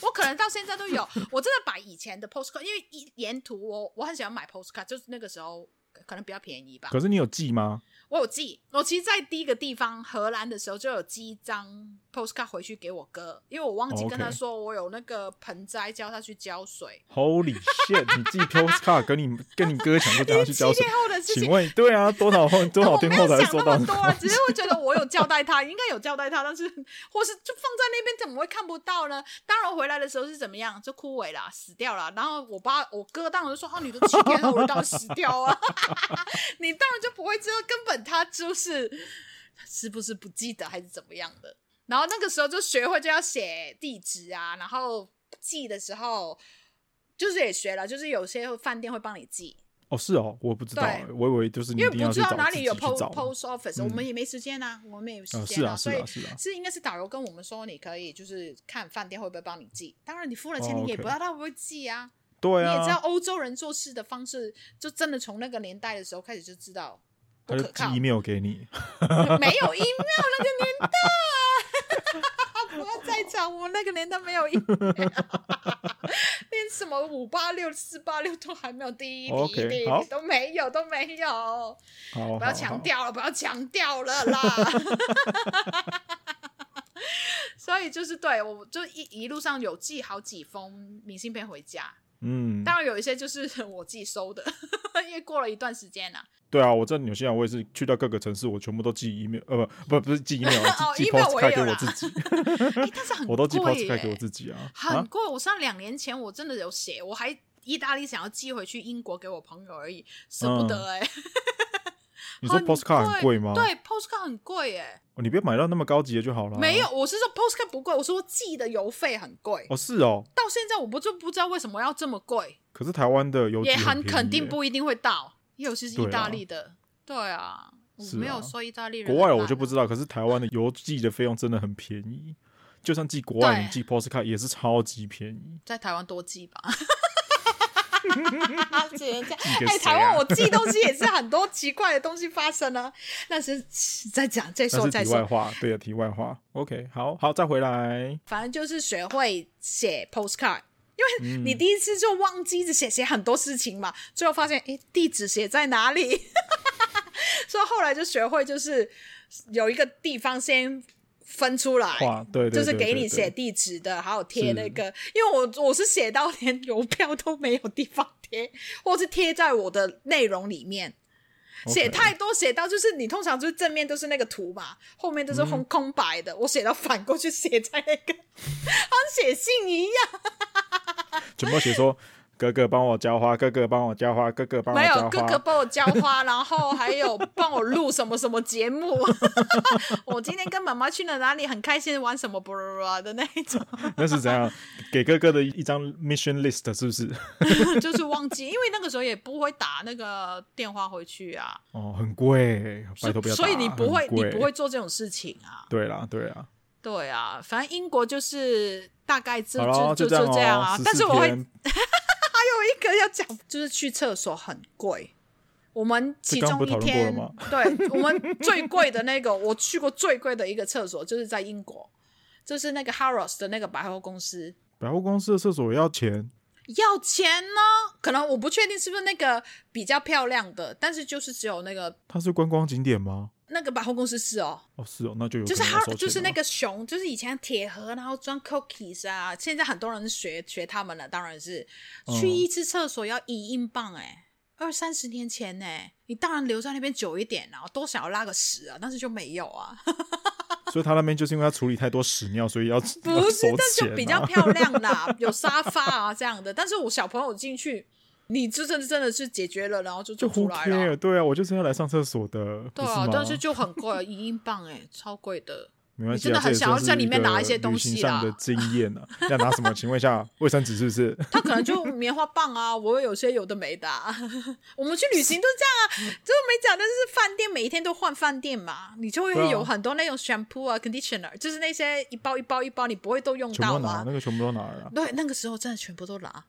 S3: 我可能到现在都有。我真的把以前的 postcard，因为一沿途我我很喜欢买 postcard，就是那个时候可能比较便宜吧。
S1: 可是你有寄吗？
S3: 我有寄，我其实，在第一个地方荷兰的时候就有寄一张 postcard 回去给我哥，因为我忘记跟他
S1: 哦 OK
S3: 说我有那个盆栽，叫他去浇水。
S1: Holy shit！你寄 postcard 跟你跟你哥抢，就叫他去
S3: 七
S1: 交水
S3: 天。后的事情
S1: 请，问，对啊，多 少后多
S3: 但
S1: 少
S3: 我
S1: 天
S3: 没
S1: 后
S3: 有
S1: 才
S3: 想
S1: 收
S3: 那
S1: 到
S3: 么？多啊，只是我觉得我有交代他，应 该有交代他，但是或是就放在那边，怎么会看不到呢？当然我回来的时候是怎么样，就枯萎啦，死掉了。然后我爸我哥当然就说：“哦，你都七天后了，当然死掉啊， 你当然就不会知道，根本他就是是不是不记得还是怎么样的。”然后那个时候就学会就要写地址啊，然后寄的时候就是也学了，就是有些饭店会帮你寄，
S1: 哦，是哦，我不知道
S3: 对，
S1: 我以为就是你
S3: 因
S1: 一
S3: 为
S1: 定要
S3: 不
S1: 去
S3: 知
S1: 找
S3: 道哪里有
S1: 自己去
S3: post
S1: 找
S3: post office，、
S1: 嗯
S3: 我们也没时间啊，我们也没有时
S1: 啊
S3: 间
S1: 是
S3: 所
S1: 啊
S3: 以
S1: 是啊是啊
S3: 是应该是导游跟我们说，你可以就是看饭店会不会帮你寄。当然，你付了钱，
S1: 哦
S3: 你也
S1: OK
S3: 不知道他会不会寄啊。
S1: 对
S3: 你也知道
S1: 啊，
S3: 欧洲人做事的方式，就真的从那个年代的时候开始就知道不
S1: 他就
S3: 可
S1: 寄
S3: 靠，
S1: email 给你，
S3: 没有 email 那个年代。 不要再讲，我那个年代没有 email，连什么五八六、四八六都还没有第一题
S1: OK，
S3: 第一
S1: 好
S3: 题都没有，都没有。
S1: 好，
S3: 不要
S1: 好
S3: 强
S1: 好
S3: 调了，不要强调了啦。 所以就是对我就一一路上有寄好几封明信片回家，
S1: 嗯，
S3: 当然有一些就是我自己收的， 因为过了一段时间 了、
S1: 对啊，我在纽西兰我也是去到各个城市，我全部都寄 email，呃，不不不是寄 email，
S3: 哦
S1: 寄寄
S3: email 我也
S1: postcard 给
S3: 有
S1: 我
S3: 啦
S1: 自己，
S3: 诶但是很
S1: 我都寄
S3: 贵
S1: postcard 给我
S3: 耶，
S1: 自己啊，啊
S3: 很，贵。我上两年前我真的有写，我还意大利想要寄回去英国给我朋友而已，舍不得哎、
S1: 嗯你说 postcard 很贵吗？
S3: 对，postcard 很贵哎、
S1: 哦，你不要买到那么高级的就好了。啊
S3: 没有，，我是说 postcard 不贵，我说寄的邮费很贵，
S1: 哦是哦，
S3: 到现在我不就不知道为什么要这么贵。
S1: 可是台湾的邮局
S3: 也
S1: 很
S3: 很
S1: 便宜
S3: 肯定
S1: 耶，
S3: 不一定会到，尤其是
S1: 对啊
S3: 意大利的。对啊，我
S1: 是啊
S3: 没有说意大利人
S1: 国
S3: 很烂啊。
S1: 外的我就不知道，可是台湾的邮寄的费用真的很便宜，就算寄国外
S3: 对
S1: 你寄 postcard 也是超级便宜。
S3: 在台湾多寄吧。只能这样
S1: 寄给
S3: 哎、
S1: 谁啊
S3: 台湾我寄东西也是很多奇怪的东西发生啊。那是再讲再
S1: 那
S3: 说
S1: 是
S3: 再
S1: 题外
S3: 说，
S1: 话，对啊，题外话。OK，好好，再回来。
S3: 反正就是学会写 postcard。因为
S1: 嗯
S3: 你第一次就忘记一直写写很多事情嘛，最后发现哎地址写在哪里， 所以后来就学会就是有一个地方先分出来，
S1: 话对对，
S3: 就是
S1: 对
S3: 给
S1: 对
S3: 你写
S1: 对
S3: 地址的，还有贴
S1: 是
S3: 那个，因为我我是写到连邮票都没有地方贴，或是贴在我的内容里面。
S1: OK 嗯
S3: 写太多，写到就是你通常就是正面都是那个图嘛，后面
S1: 嗯
S3: 都是空空白的。我写到反过去写在那个， 好像写信一样。
S1: 全部写说哥哥帮我浇花，哥哥帮我浇花，哥哥帮我
S3: 没
S1: 浇花。
S3: 有哥哥帮我浇花， 然后还有帮我录什么什么节目。 我今天跟妈妈去了哪里，很开心玩什么 blah blah blah 的那一种。
S1: 那是怎样？给哥哥的一张 mission list 是不是？
S3: 就是忘记，因为那个时候也不会打那个电话回去啊，
S1: 哦，很贵，拜托不要打。
S3: 所以你不会，
S1: 很
S3: 你
S1: 贵
S3: 不会。做这种事情啊。
S1: 对啦，对啦。
S3: 对啊，反正英国就是大概就
S1: 好了，
S3: 就就
S1: 这样
S3: 这样
S1: 哦
S3: 啊。。
S1: 14
S3: 但是我会还有
S1: 天
S3: 一个要讲，就是去厕所很贵。我们其
S1: 这刚
S3: 中
S1: 不
S3: 一
S1: 讨论
S3: 天
S1: 过了，
S3: 对我们最贵的那个，我去过最贵的一个厕所就是在英国，就是那个 Harrods 的那个百货公司，
S1: 百货公司的厕所要钱，
S3: 要钱呢。可能我不确定是不是那个比较漂亮的，但是就是只有那个
S1: 它是观光景点吗？
S3: 那个百货公司是哦，
S1: 哦，是哦，那就有
S3: 就是
S1: 可能要
S3: 它
S1: 收钱
S3: 就是
S1: 了
S3: 那个熊，就是以前铁盒，然后装 cookies 啊，现在很多人学学他们了，当然是
S1: 嗯
S3: 去一次厕所要一英镑哎、二三十年前呢、你当然留在那边久一点啊，都想要拉个屎啊，但是就没 有啊，
S1: 所以他那边就是因为他处理太多屎尿，所以要
S3: 不
S1: 要
S3: 是
S1: 收，
S3: 但
S1: 钱
S3: 就
S1: 啊
S3: 比较漂亮 啦，有沙发啊这样的。但是我小朋友进去，你就真的真的是解决了，然后就
S1: 就
S3: 就
S1: who
S3: 出来了。
S1: care？对啊，我就是要来上厕所的，
S3: 对
S1: 不
S3: 啊
S1: 吗，
S3: 但是就很贵，一英镑哎、超贵的。
S1: 没关系、啊，
S3: 你真的很
S1: 这也
S3: 想要
S1: 算是
S3: 在里面拿一些
S1: 个
S3: 东西啊
S1: 旅行上
S3: 啦
S1: 的经验啊， 要拿什么？请问一下，卫生纸是不是？
S3: 他可能就棉花棒啊，我有些有的没的、啊。 我们去旅行都
S1: 嗯
S3: 这样啊，这个没讲，但是饭店每一天都换饭店嘛，你就会
S1: 对啊
S3: 有很多那种 shampoo 啊、conditioner，就是那些一包一包一包， 你不会都用
S1: 全部
S3: 到
S1: 都拿，
S3: 啊
S1: 那。个全部都拿了啊、
S3: 对，那个时候真的全部都拿。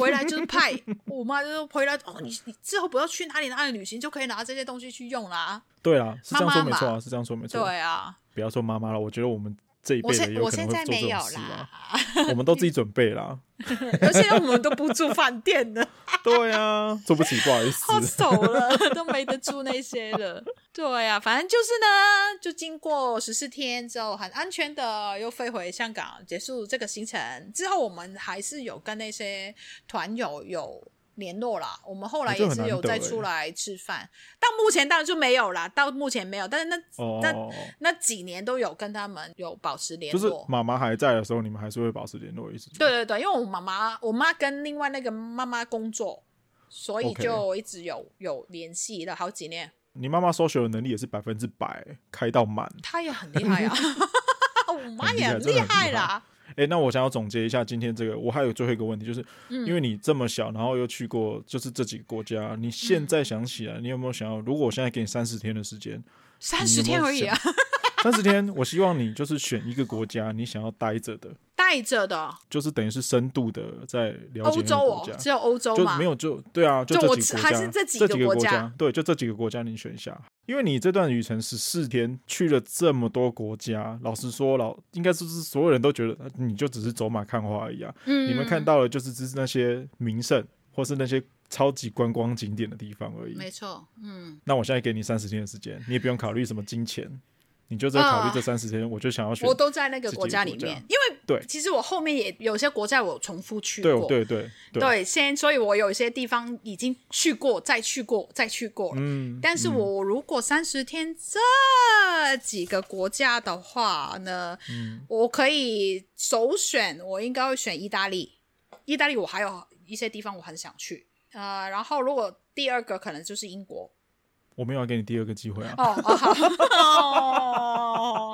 S3: 回来就是派，我妈就说回来哦，你你之后不要去哪里哪里旅行，就可以拿这些东西去用啦。
S1: 对啦，是这样说没错
S3: 妈妈
S1: 啊，是这样说没错。
S3: 对啊，
S1: 不要说妈妈了，我觉得我们这一辈
S3: 我
S1: 的
S3: 现
S1: 有
S3: 我
S1: 可能
S3: 现
S1: 会
S3: 在
S1: 做
S3: 没
S1: 这
S3: 有
S1: 种事
S3: 啦
S1: 啊。， 我们都自己准备啦。
S3: 而且我们都不住饭店的，
S1: 对啊，做不起，不好意思
S3: 好。熟了，都没得住那些了。对呀、反正就是呢，就经过十四天之后，很安全的又飞回香港，结束这个行程之后，我们还是有跟那些团友有联络啦。我们
S1: 哦
S3: 后来也是有
S1: 欸
S3: 再出来吃饭，到目前当然就没有啦，到目前没有，但是那、那
S1: 哦，
S3: 那几年都有跟他们有保持联
S1: 就
S3: 络，
S1: 是妈妈还在的时候，你们还是会保持联络，一直
S3: 对对对，因为我妈妈，我妈跟另外那个妈妈工作，所以
S1: OK
S3: 就一直有有联系了好几年。
S1: 你妈妈 social 的能力也是百分之百开到满。
S3: 她也很厉 害啊，我妈也
S1: 很厉害真的很
S3: 害
S1: 厉
S3: 啦。
S1: 哎、那我想要总结一下今天这个，我还有最后一个问题，就是、
S3: 嗯
S1: 因为你这么小，然后又去过就是这几个国家，你现
S3: 嗯
S1: 在想起来，你有没有想要？如果我现在给你三十天的时间，
S3: 三十天而已啊，
S1: 三十天，我希望你就是选一个国家你想要待着的，
S3: 带着的
S1: 就是等于是深度的在了解
S3: 啊欧
S1: 那个
S3: 洲
S1: 国
S3: 哦
S1: 家，，
S3: 只有欧洲
S1: 就
S3: 嘛
S1: 没。有就对啊，就
S3: 就
S1: 这
S3: 我
S1: 几
S3: 只
S1: 个国
S3: 还
S1: 家，
S3: 是这几
S1: 这
S3: 个
S1: 几个
S3: 国
S1: 国
S3: 家
S1: 对，就这几个国家你选一下。因为你这段旅程十四天，去了这么多国家，老实说，老应该说是所有人都觉得呃你就只是走马看花而已啊。
S3: 嗯
S1: 你们看，到的就是只是那些名胜或是那些超级观光景点的地方而已。
S3: 没错，嗯，
S1: 那我现在给你三十天的时间，你也不用考虑什么金钱，你就在考虑
S3: 啊
S1: 这三十天，我就想要选
S3: 我。都在那个国家里
S1: 这几个
S3: 面
S1: 国，
S3: 因为
S1: 对
S3: 其实我后面也有些国家我重复去
S1: 对
S3: 过，
S1: 对对啊对，
S3: 对，先，所以我有一些地方已经去过，再去过，再去过了。
S1: 嗯
S3: 但是
S1: 嗯
S3: 我如果三十天这几个国家的话呢，
S1: 嗯
S3: 我可以首选，我应该会选意大利。意大利我还有一些地方我很想去，呃，然后如果第二个可能就是英国。
S1: 我没有要给你第二个机会啊。
S3: 哦哦好，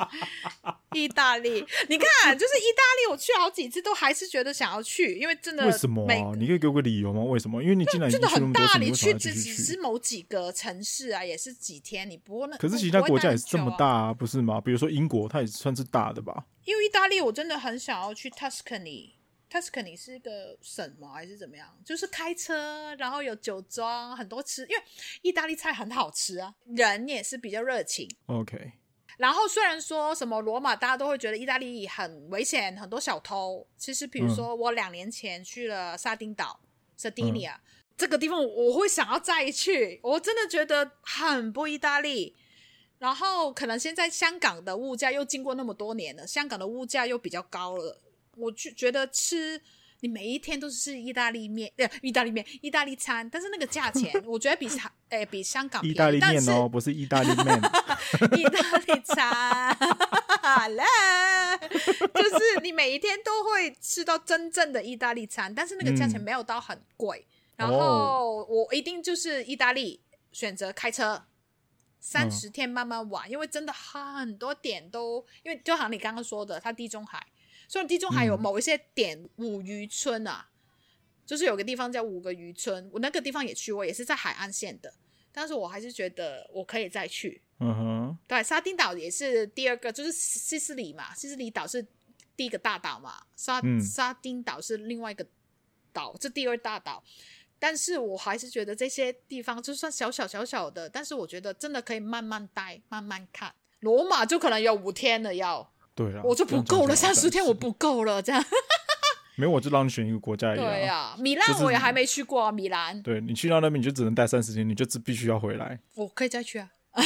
S3: 哦， 意大利，你看，就是意大利，我去好几次都还是觉得想要去，因为真的
S1: 为什么
S3: 每
S1: 啊？你可以给我个理由吗？为什么？因为你既然已
S3: 真
S1: 经
S3: 的
S1: 去那
S3: 很
S1: 么多
S3: 大，
S1: 次，你
S3: 你
S1: 为什么还
S3: 只
S1: 继续
S3: 只
S1: 去
S3: 是？某几个城市啊，也是几天，你不那
S1: 可是
S3: 不
S1: 其他
S3: 不会
S1: 国
S3: 待
S1: 家也
S3: 很
S1: 是这么
S3: 久啊
S1: 大啊，不是吗？比如说英国，它也算是大的吧？
S3: 因为意大利，我真的很想要去 Tuscany。Tuscany 是一个省吗？还是怎么样？就是开车，然后有酒庄，很多吃，因为意大利菜很好吃啊，人也是比较热情。
S1: OK，
S3: 然后虽然说什么罗马，大家都会觉得意大利很危险，很多小偷。其实
S1: 嗯
S3: 比如说我两年前去了沙丁岛 （Sardinia）、这个地方，我会想要再去，我真的觉得很不意大利。然后可能现在香港的物价又经过那么多年了，香港的物价又比较高了，我就觉得吃。你每一天都是吃意大利面，呃，意大利面、意大利餐，但是那个价 钱，我觉得比香，诶、比香港便宜。
S1: 意大利
S3: 啊但
S1: 面
S3: 是
S1: 哦，不是意大利面。
S3: 意大利餐， 好了，就是你每一天都会吃到真正的意大利餐，但是那个价钱
S1: 嗯
S3: 没有到很贵。然后
S1: 哦
S3: 我一定就是意大利选择开
S1: 嗯
S3: 车，三十天慢慢玩，因为真的很多点都，因为就好像你刚刚说的，它地中海，虽然地中海有
S1: 嗯
S3: 某一些点五渔村啊，就是有个地方叫五个渔村，我那个地方也去过，也是在海岸线的。但是我还是觉得我可以再去，
S1: 嗯哼，
S3: 对，沙丁岛也是第二个，就是西西斯里嘛，西斯里岛是第一个大岛嘛，沙、
S1: 嗯
S3: 沙丁岛是另外一个岛，这第二大岛。但是我还是觉得这些地方就算小小小小的，但是我觉得真的可以慢慢待，慢慢看。罗马就可能有五天了要，
S1: 对啊，
S3: 我就
S1: 这
S3: 不
S1: 样讲
S3: 够了，
S1: 起来好
S3: 三十
S1: 像
S3: 天
S1: 是
S3: 我不够了，这样。
S1: 没有，我就让你选一个国家而已
S3: 对
S1: 啊。
S3: 呀、米
S1: 就是
S3: 兰我也还没去过、啊，米兰
S1: 对你去到那边，你就只能待三十天，你就只必须要回来。
S3: 我可以再去啊。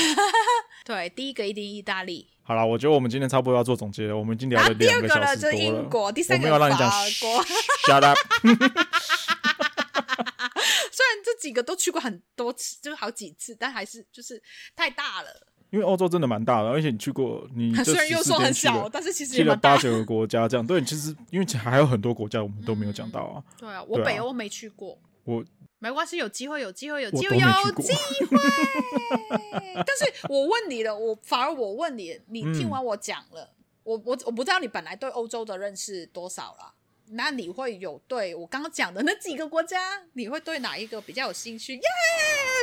S3: 对，第一个一定意大利，
S1: 好啦，我觉得我们今天差不多要做总结了。我们已经聊
S3: 然
S1: 了
S3: 后第
S1: 两
S3: 二
S1: 个
S3: 个
S1: 小
S3: 了
S1: 时多
S3: 就是英国第三
S1: 我
S3: 个
S1: 没有让你讲
S3: 法国
S1: shut up。
S3: 虽然这几个都去过很多次，就是好几次，但还是就是太大了。
S1: 因为欧洲真的蛮大的，而且你去过，你这
S3: 虽然又
S1: 14
S3: 说
S1: 天
S3: 很
S1: 去了
S3: 小，但是其实
S1: 去
S3: 也
S1: 了
S3: 蛮大
S1: 八。九个国家这样。对，其实因为还有很多国家我们都没有讲到 啊。
S3: 对啊，我
S1: 对啊
S3: 北欧没去过，
S1: 我
S3: 没关系，有机会，有机会，有
S1: 我
S3: 机
S1: 都
S3: 会，有
S1: 没去过
S3: 机会。但是我问你了，我反而我问你，你
S1: 嗯
S3: 听完我讲了，我我我不知道你本来对欧洲的认识多少啦。那你会有对我刚刚讲的那几个国家，你会对哪一个比较有兴趣？耶、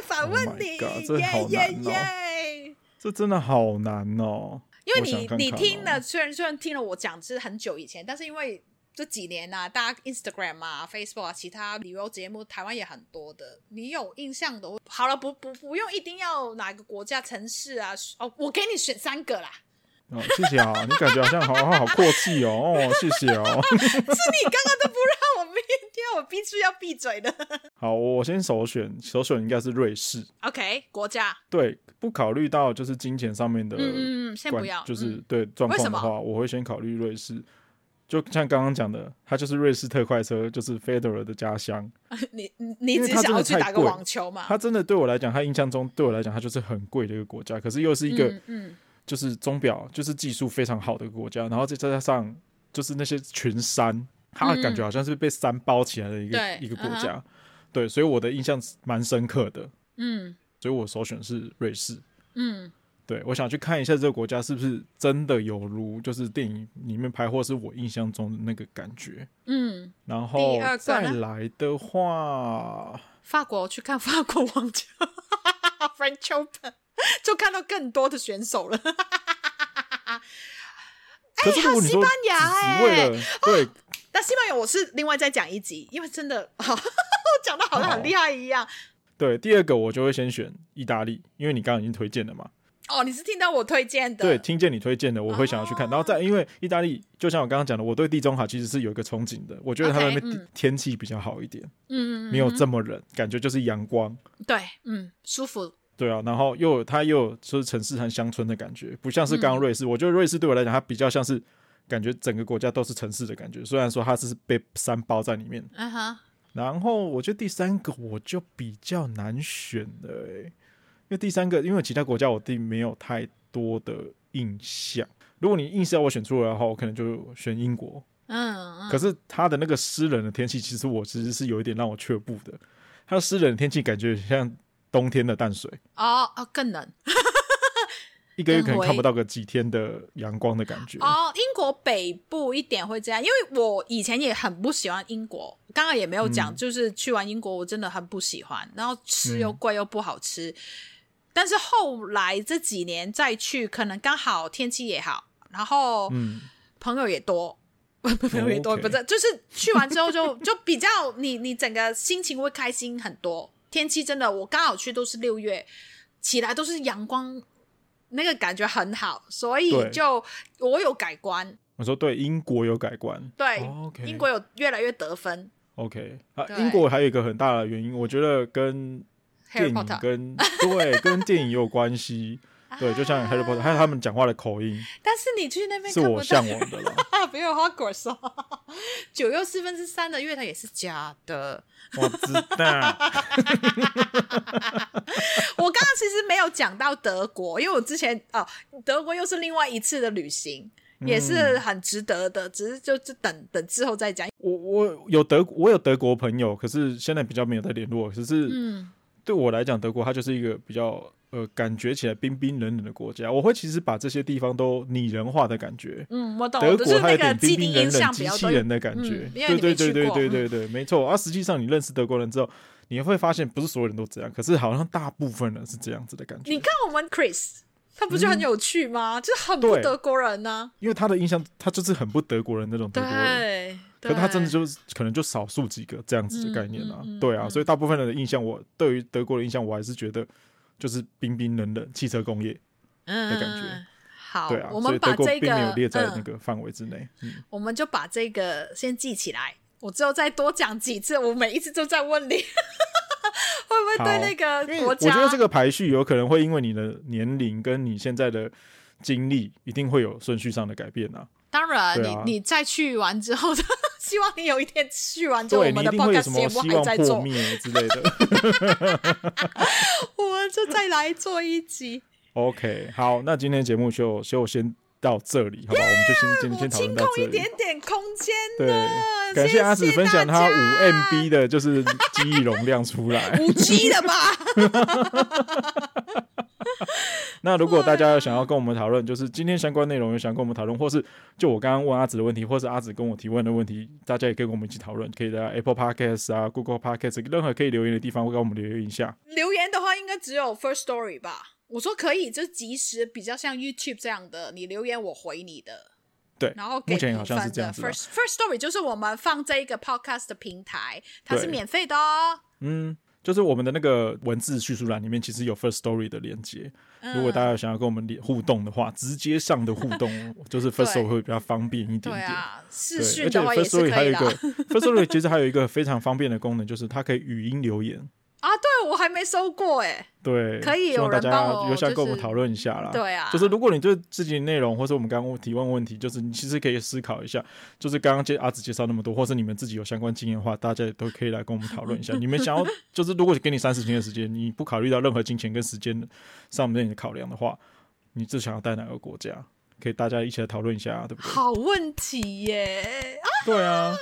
S3: 反
S1: Oh
S3: 问
S1: my
S3: 你，
S1: God，这好
S3: 耶耶
S1: 难哦
S3: 耶！
S1: 这真的好难哦。
S3: 因为
S1: 我想
S3: 你
S1: 看
S3: 你
S1: 看
S3: 听
S1: 哦
S3: 了，虽然虽然听了我讲是很久以前，但是因为这几年呐、大家 Instagram 啊、Facebook 啊，其他旅游节目，台湾也很多的，你有印象的，好了，不不不用一定要哪个国家、城市啊，哦，我给你选三个啦。
S1: 哦，谢谢啊，你感觉好像好好好阔气哦，哦，谢谢哦。
S3: 你刚刚都不让我灭掉，我必须要闭嘴的。
S1: 好，我先首选，首选应该是瑞士。
S3: OK，国家，
S1: 对，不考虑到就是金钱上面的关，
S3: 嗯嗯嗯先不要
S1: 就是、
S3: 嗯
S1: 对状
S3: 为
S1: 况
S3: 什
S1: 的
S3: 么
S1: 话，我会先考虑瑞士。就像刚刚讲的，它就是瑞士特快车，就是 Federer 的家乡。
S3: 你你嗯你
S1: 因为
S3: 只
S1: 它
S3: 想
S1: 真
S3: 要
S1: 的
S3: 去
S1: 太
S3: 打个
S1: 贵
S3: 网球嘛？
S1: 它真的对我来讲，它印象中对我来讲，它就是很贵的一个国家，可是又是一个
S3: 嗯嗯，
S1: 就是钟表就是技术非常好的国家，然后再加上就是那些群山，它感觉好像是被山包起来的一个、
S3: 嗯对
S1: 一个国家。对，所以我的印象是蛮深刻的，
S3: 嗯
S1: 所以我首选是瑞士。
S3: 嗯
S1: 对，我想去看一下这个国家是不是真的有如就是电影里面拍，或是我印象中的那个感觉。
S3: 嗯，
S1: 然后
S3: 第二个呢
S1: 再来的话，
S3: 法国去看法国网球 ，French Open，就看到更多的选手了。
S1: 可是如果你说
S3: 哎还有西班牙哎啊
S1: 只为了、对
S3: 但西班牙我是另外再讲一集，因为真的 好，讲的好像很厉害一样。
S1: 对，第二个我就会先选意大利，因为你刚刚已经推荐了嘛。
S3: 哦，你是听到我推荐的，
S1: 对，听见你推荐的，我会想要去看。
S3: 哦
S1: 然后再因为意大利，就像我刚刚讲的，我对地中海其实是有一个憧憬的。我觉得他们那
S3: OK，
S1: 边地
S3: 嗯
S1: 天气比较好一点，
S3: 嗯，嗯嗯，
S1: 没有这么冷，感觉就是阳光。
S3: 对，嗯，舒服，
S1: 对啊，然后又有它又有就是城市和乡村的感觉，不像是刚刚瑞士。
S3: 嗯
S1: 我觉得瑞士对我来讲，它比较像是感觉整个国家都是城市的感觉，虽然说它是被山包在里面。
S3: 嗯哼，
S1: 然后我觉得第三个我就比较难选了、欸，因为第三个因为其他国家我并没有太多的印象。如果你硬是要我选出来的话，我可能就选英国。
S3: 嗯嗯，
S1: 可是他的那个湿冷的天气，其实我其实是有一点让我却步的。他的湿冷的天气感觉像冬天的淡水，
S3: 哦哦，更冷
S1: 一个月可能
S3: 跟灰
S1: 看不到个几天的阳光的感觉。
S3: 哦。英国北部一点会这样，因为我以前也很不喜欢英国，刚刚也没有
S1: 嗯
S3: 讲，就是去完英国我真的很不喜欢，然后吃又贵又不好吃。但是后来这几年再去，可能刚好天气也好，然后
S1: 嗯，
S3: 朋友也多，朋友也多，
S1: OK
S3: 不是，就是去完之后就 就比较你你整个心情会开心很多。天气真的，我刚好去都是六月，起来都是阳光，那个感觉很好，所以
S1: 对
S3: 就我有改观，
S1: 我说对，英国有改观。
S3: 对，
S1: 哦，OK
S3: 英国有越来越得分。
S1: OK 啊，
S3: 对
S1: 英国还有一个很大的原因，我觉得跟
S3: Harry
S1: 电影
S3: Potter，
S1: 跟对跟电影也有关 系。对，就像 Harry Potter，还有他们讲话的口音
S3: 但是你去那边
S1: 是
S3: 看不
S1: 我
S3: 到啊
S1: 向，往的啦。
S3: 不要花果说，九又四分之三的月台也是假的。
S1: 我知道，
S3: 我刚刚其实没有讲到德国，因为我之前哦，德国又是另外一次的旅行，
S1: 嗯
S3: 也是很值得的，只是就就等等之后再讲。
S1: 我我有德我有德国朋友，可是现在比较没有在联络。可是
S3: 嗯
S1: 对我来讲，德国它就是一个比较呃感觉起来冰冰冷冷的国家。我会其实把这些地方都拟人化的感觉。
S3: 嗯，我懂，
S1: 德
S3: 就
S1: 国
S3: 是
S1: 它
S3: 那
S1: 有
S3: 个
S1: 点
S3: 既
S1: 冰
S3: 定
S1: 冰
S3: 印
S1: 冷
S3: 象
S1: 冷、
S3: 比
S1: 机
S3: 较
S1: 器
S3: 多。
S1: 人的感觉
S3: 嗯，因
S1: 对
S3: 为你没
S1: 对对
S3: 去
S1: 对
S3: 过
S1: 对
S3: 嗯
S1: 对对，没错。啊，实际上你认识德国人之后，你会发现不是所有人都这样，可是好像大部分人是这样子的感觉。
S3: 你看我们 Chris，他不就很有趣吗？就是很不
S1: 嗯对
S3: 德国人啊呢、
S1: 因为他的印象，他就是很不德国人那种德国人，
S3: 对，
S1: 可是他真的
S3: 就
S1: 就是可能就少数几个这样子的概念啊，
S3: 嗯嗯嗯
S1: 对啊，
S3: 嗯
S1: 所以大部分人的印象我，对于德国的印象，我还是觉得就是冰冰冷冷，汽车工业，
S3: 的
S1: 感觉
S3: 嗯好，
S1: 对啊，
S3: 我
S1: 所以
S3: 们把
S1: 德国
S3: 这
S1: 并
S3: 个
S1: 没有列在那
S3: 嗯
S1: 个范围之内。嗯，
S3: 我们就把这个先记起来。我之后再多讲几次，我每一次都在问你，会不会 对
S1: 好
S3: 那个
S1: 因为
S3: 国
S1: 我
S3: 家？
S1: 觉得这个排序有可能会因为你的年龄跟你现在的经历，一定会有顺序上的改变啊。
S3: 当然，
S1: 对啊
S3: 你你再去完之后， 希望你有一天去完之后，我
S1: 对你
S3: 们
S1: 一
S3: 的
S1: 定会有
S3: podcast
S1: 什
S3: 节
S1: 么
S3: 目
S1: 希
S3: 还
S1: 望
S3: 在
S1: 破
S3: 做，
S1: 灭之类的。
S3: 我们就再来做一集。
S1: OK，好，那今天节目就就先到这里，好吧我们就 先今天
S3: 啊我
S1: 先讨
S3: 清
S1: 论到
S3: 空
S1: 这
S3: 一
S1: 里
S3: 点。点空间
S1: 对
S3: 呢，，
S1: 感
S3: 谢
S1: 阿紫分享她
S3: 大
S1: 五
S3: 家
S1: MB 的，就是记忆容量出来。
S3: 五 G 的吧？
S1: 那如果大家有想要跟我们讨论，就是今天相关内容有想跟我们讨论，或是就我刚刚问阿紫的问题，或是阿紫跟我提问的问题，大家也可以跟我们一起讨论，可以在 Apple Podcast 啊、Google Podcast 任何可以留言的地方，会跟我们留言一下。
S3: 留言的话，应该只有 First Story 吧？我说可以，就及时，比较像 YouTube 这样的，你留言我回你的。
S1: 对，
S3: 然后给
S1: 目前
S3: 评
S1: 好像是
S3: 分
S1: 这
S3: 的
S1: 样子吧。
S3: First First Story 就是我们放这一个 podcast 的平台，它是
S1: 对
S3: 免费的哦。
S1: 嗯，就是我们的那个文字叙述栏里面其实有 First Story 的连接，
S3: 嗯
S1: 如果大家有想要跟我们连互动的话，直接上的互 动就是 First
S3: 对
S1: Story 会比较方便一点
S3: 对
S1: 点。
S3: 啊，视
S1: 对，
S3: 讯
S1: 而且
S3: 的话也
S1: First
S3: 是可
S1: Story 还有
S3: 以
S1: 一
S3: 的啊
S1: 个 First Story 其实还有一个非常方便的功能，就是它可以语音留言。
S3: 啊。对我还没收过哎，
S1: 对，
S3: 可以
S1: 希望
S3: 有
S1: 大
S3: 人
S1: 家
S3: 帮我
S1: 留下来
S3: 就
S1: 跟我们
S3: 是
S1: 讨论一下啦。
S3: 对啊
S1: 就是如果你对自己的内容，或是我们刚刚提问问题，就是你其实可以思考一下，就是刚刚介阿紫介绍那么多，或是你们自己有相关经验的话，大家也都可以来跟我们讨论 一下。你们想要，就是如果给你三十天的时间，你不考虑到任何金钱跟时间上面的考量的话，你最想要带哪个国家？可以大家一起来讨论一下啊，对不对？
S3: 好问题耶！啊，
S1: 对 啊，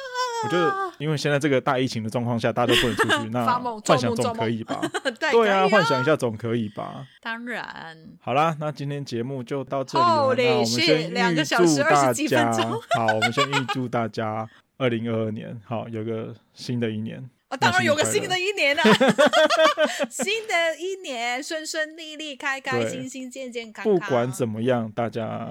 S1: 我觉得因为现在这个大疫情的状况下，大家都不能出 去，那
S3: 发梦做
S1: 幻想
S3: 梦
S1: 总
S3: 做
S1: 可
S3: 梦
S1: 以吧？
S3: 对
S1: 对啊，
S3: 可以
S1: 幻想一下总可以吧？
S3: 当然，
S1: 好啦，那今天节目就到这里了。
S3: Holy
S1: 那我们
S3: shit，
S1: 先
S3: 两
S1: 预
S3: 个小
S1: 祝
S3: 时
S1: 大
S3: 20几分
S1: 家
S3: 钟
S1: 好，我们先预祝大家二零二二年好有个新的一年。
S3: 啊，当然有个
S1: 那新
S3: 新
S1: 年快乐
S3: 的一 年啊，新的一年顺顺利利、开开
S1: 对
S3: 心心、健健康康。
S1: 不管怎么样，大家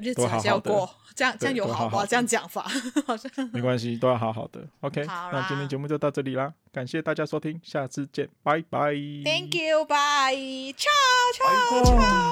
S3: 日
S1: 都
S3: 子还
S1: 好
S3: 是要
S1: 好的
S3: 过，这样这样
S1: 对
S3: 有
S1: 都好
S3: 好
S1: 好
S3: 吗？
S1: 的
S3: 这样讲法好像
S1: 没关系，都要好好的。OK，
S3: 好啦
S1: 那今天节目就到这里啦，感谢大家收听，下次见，拜拜。
S3: Thank you，bye，ciao ciao
S1: 拜拜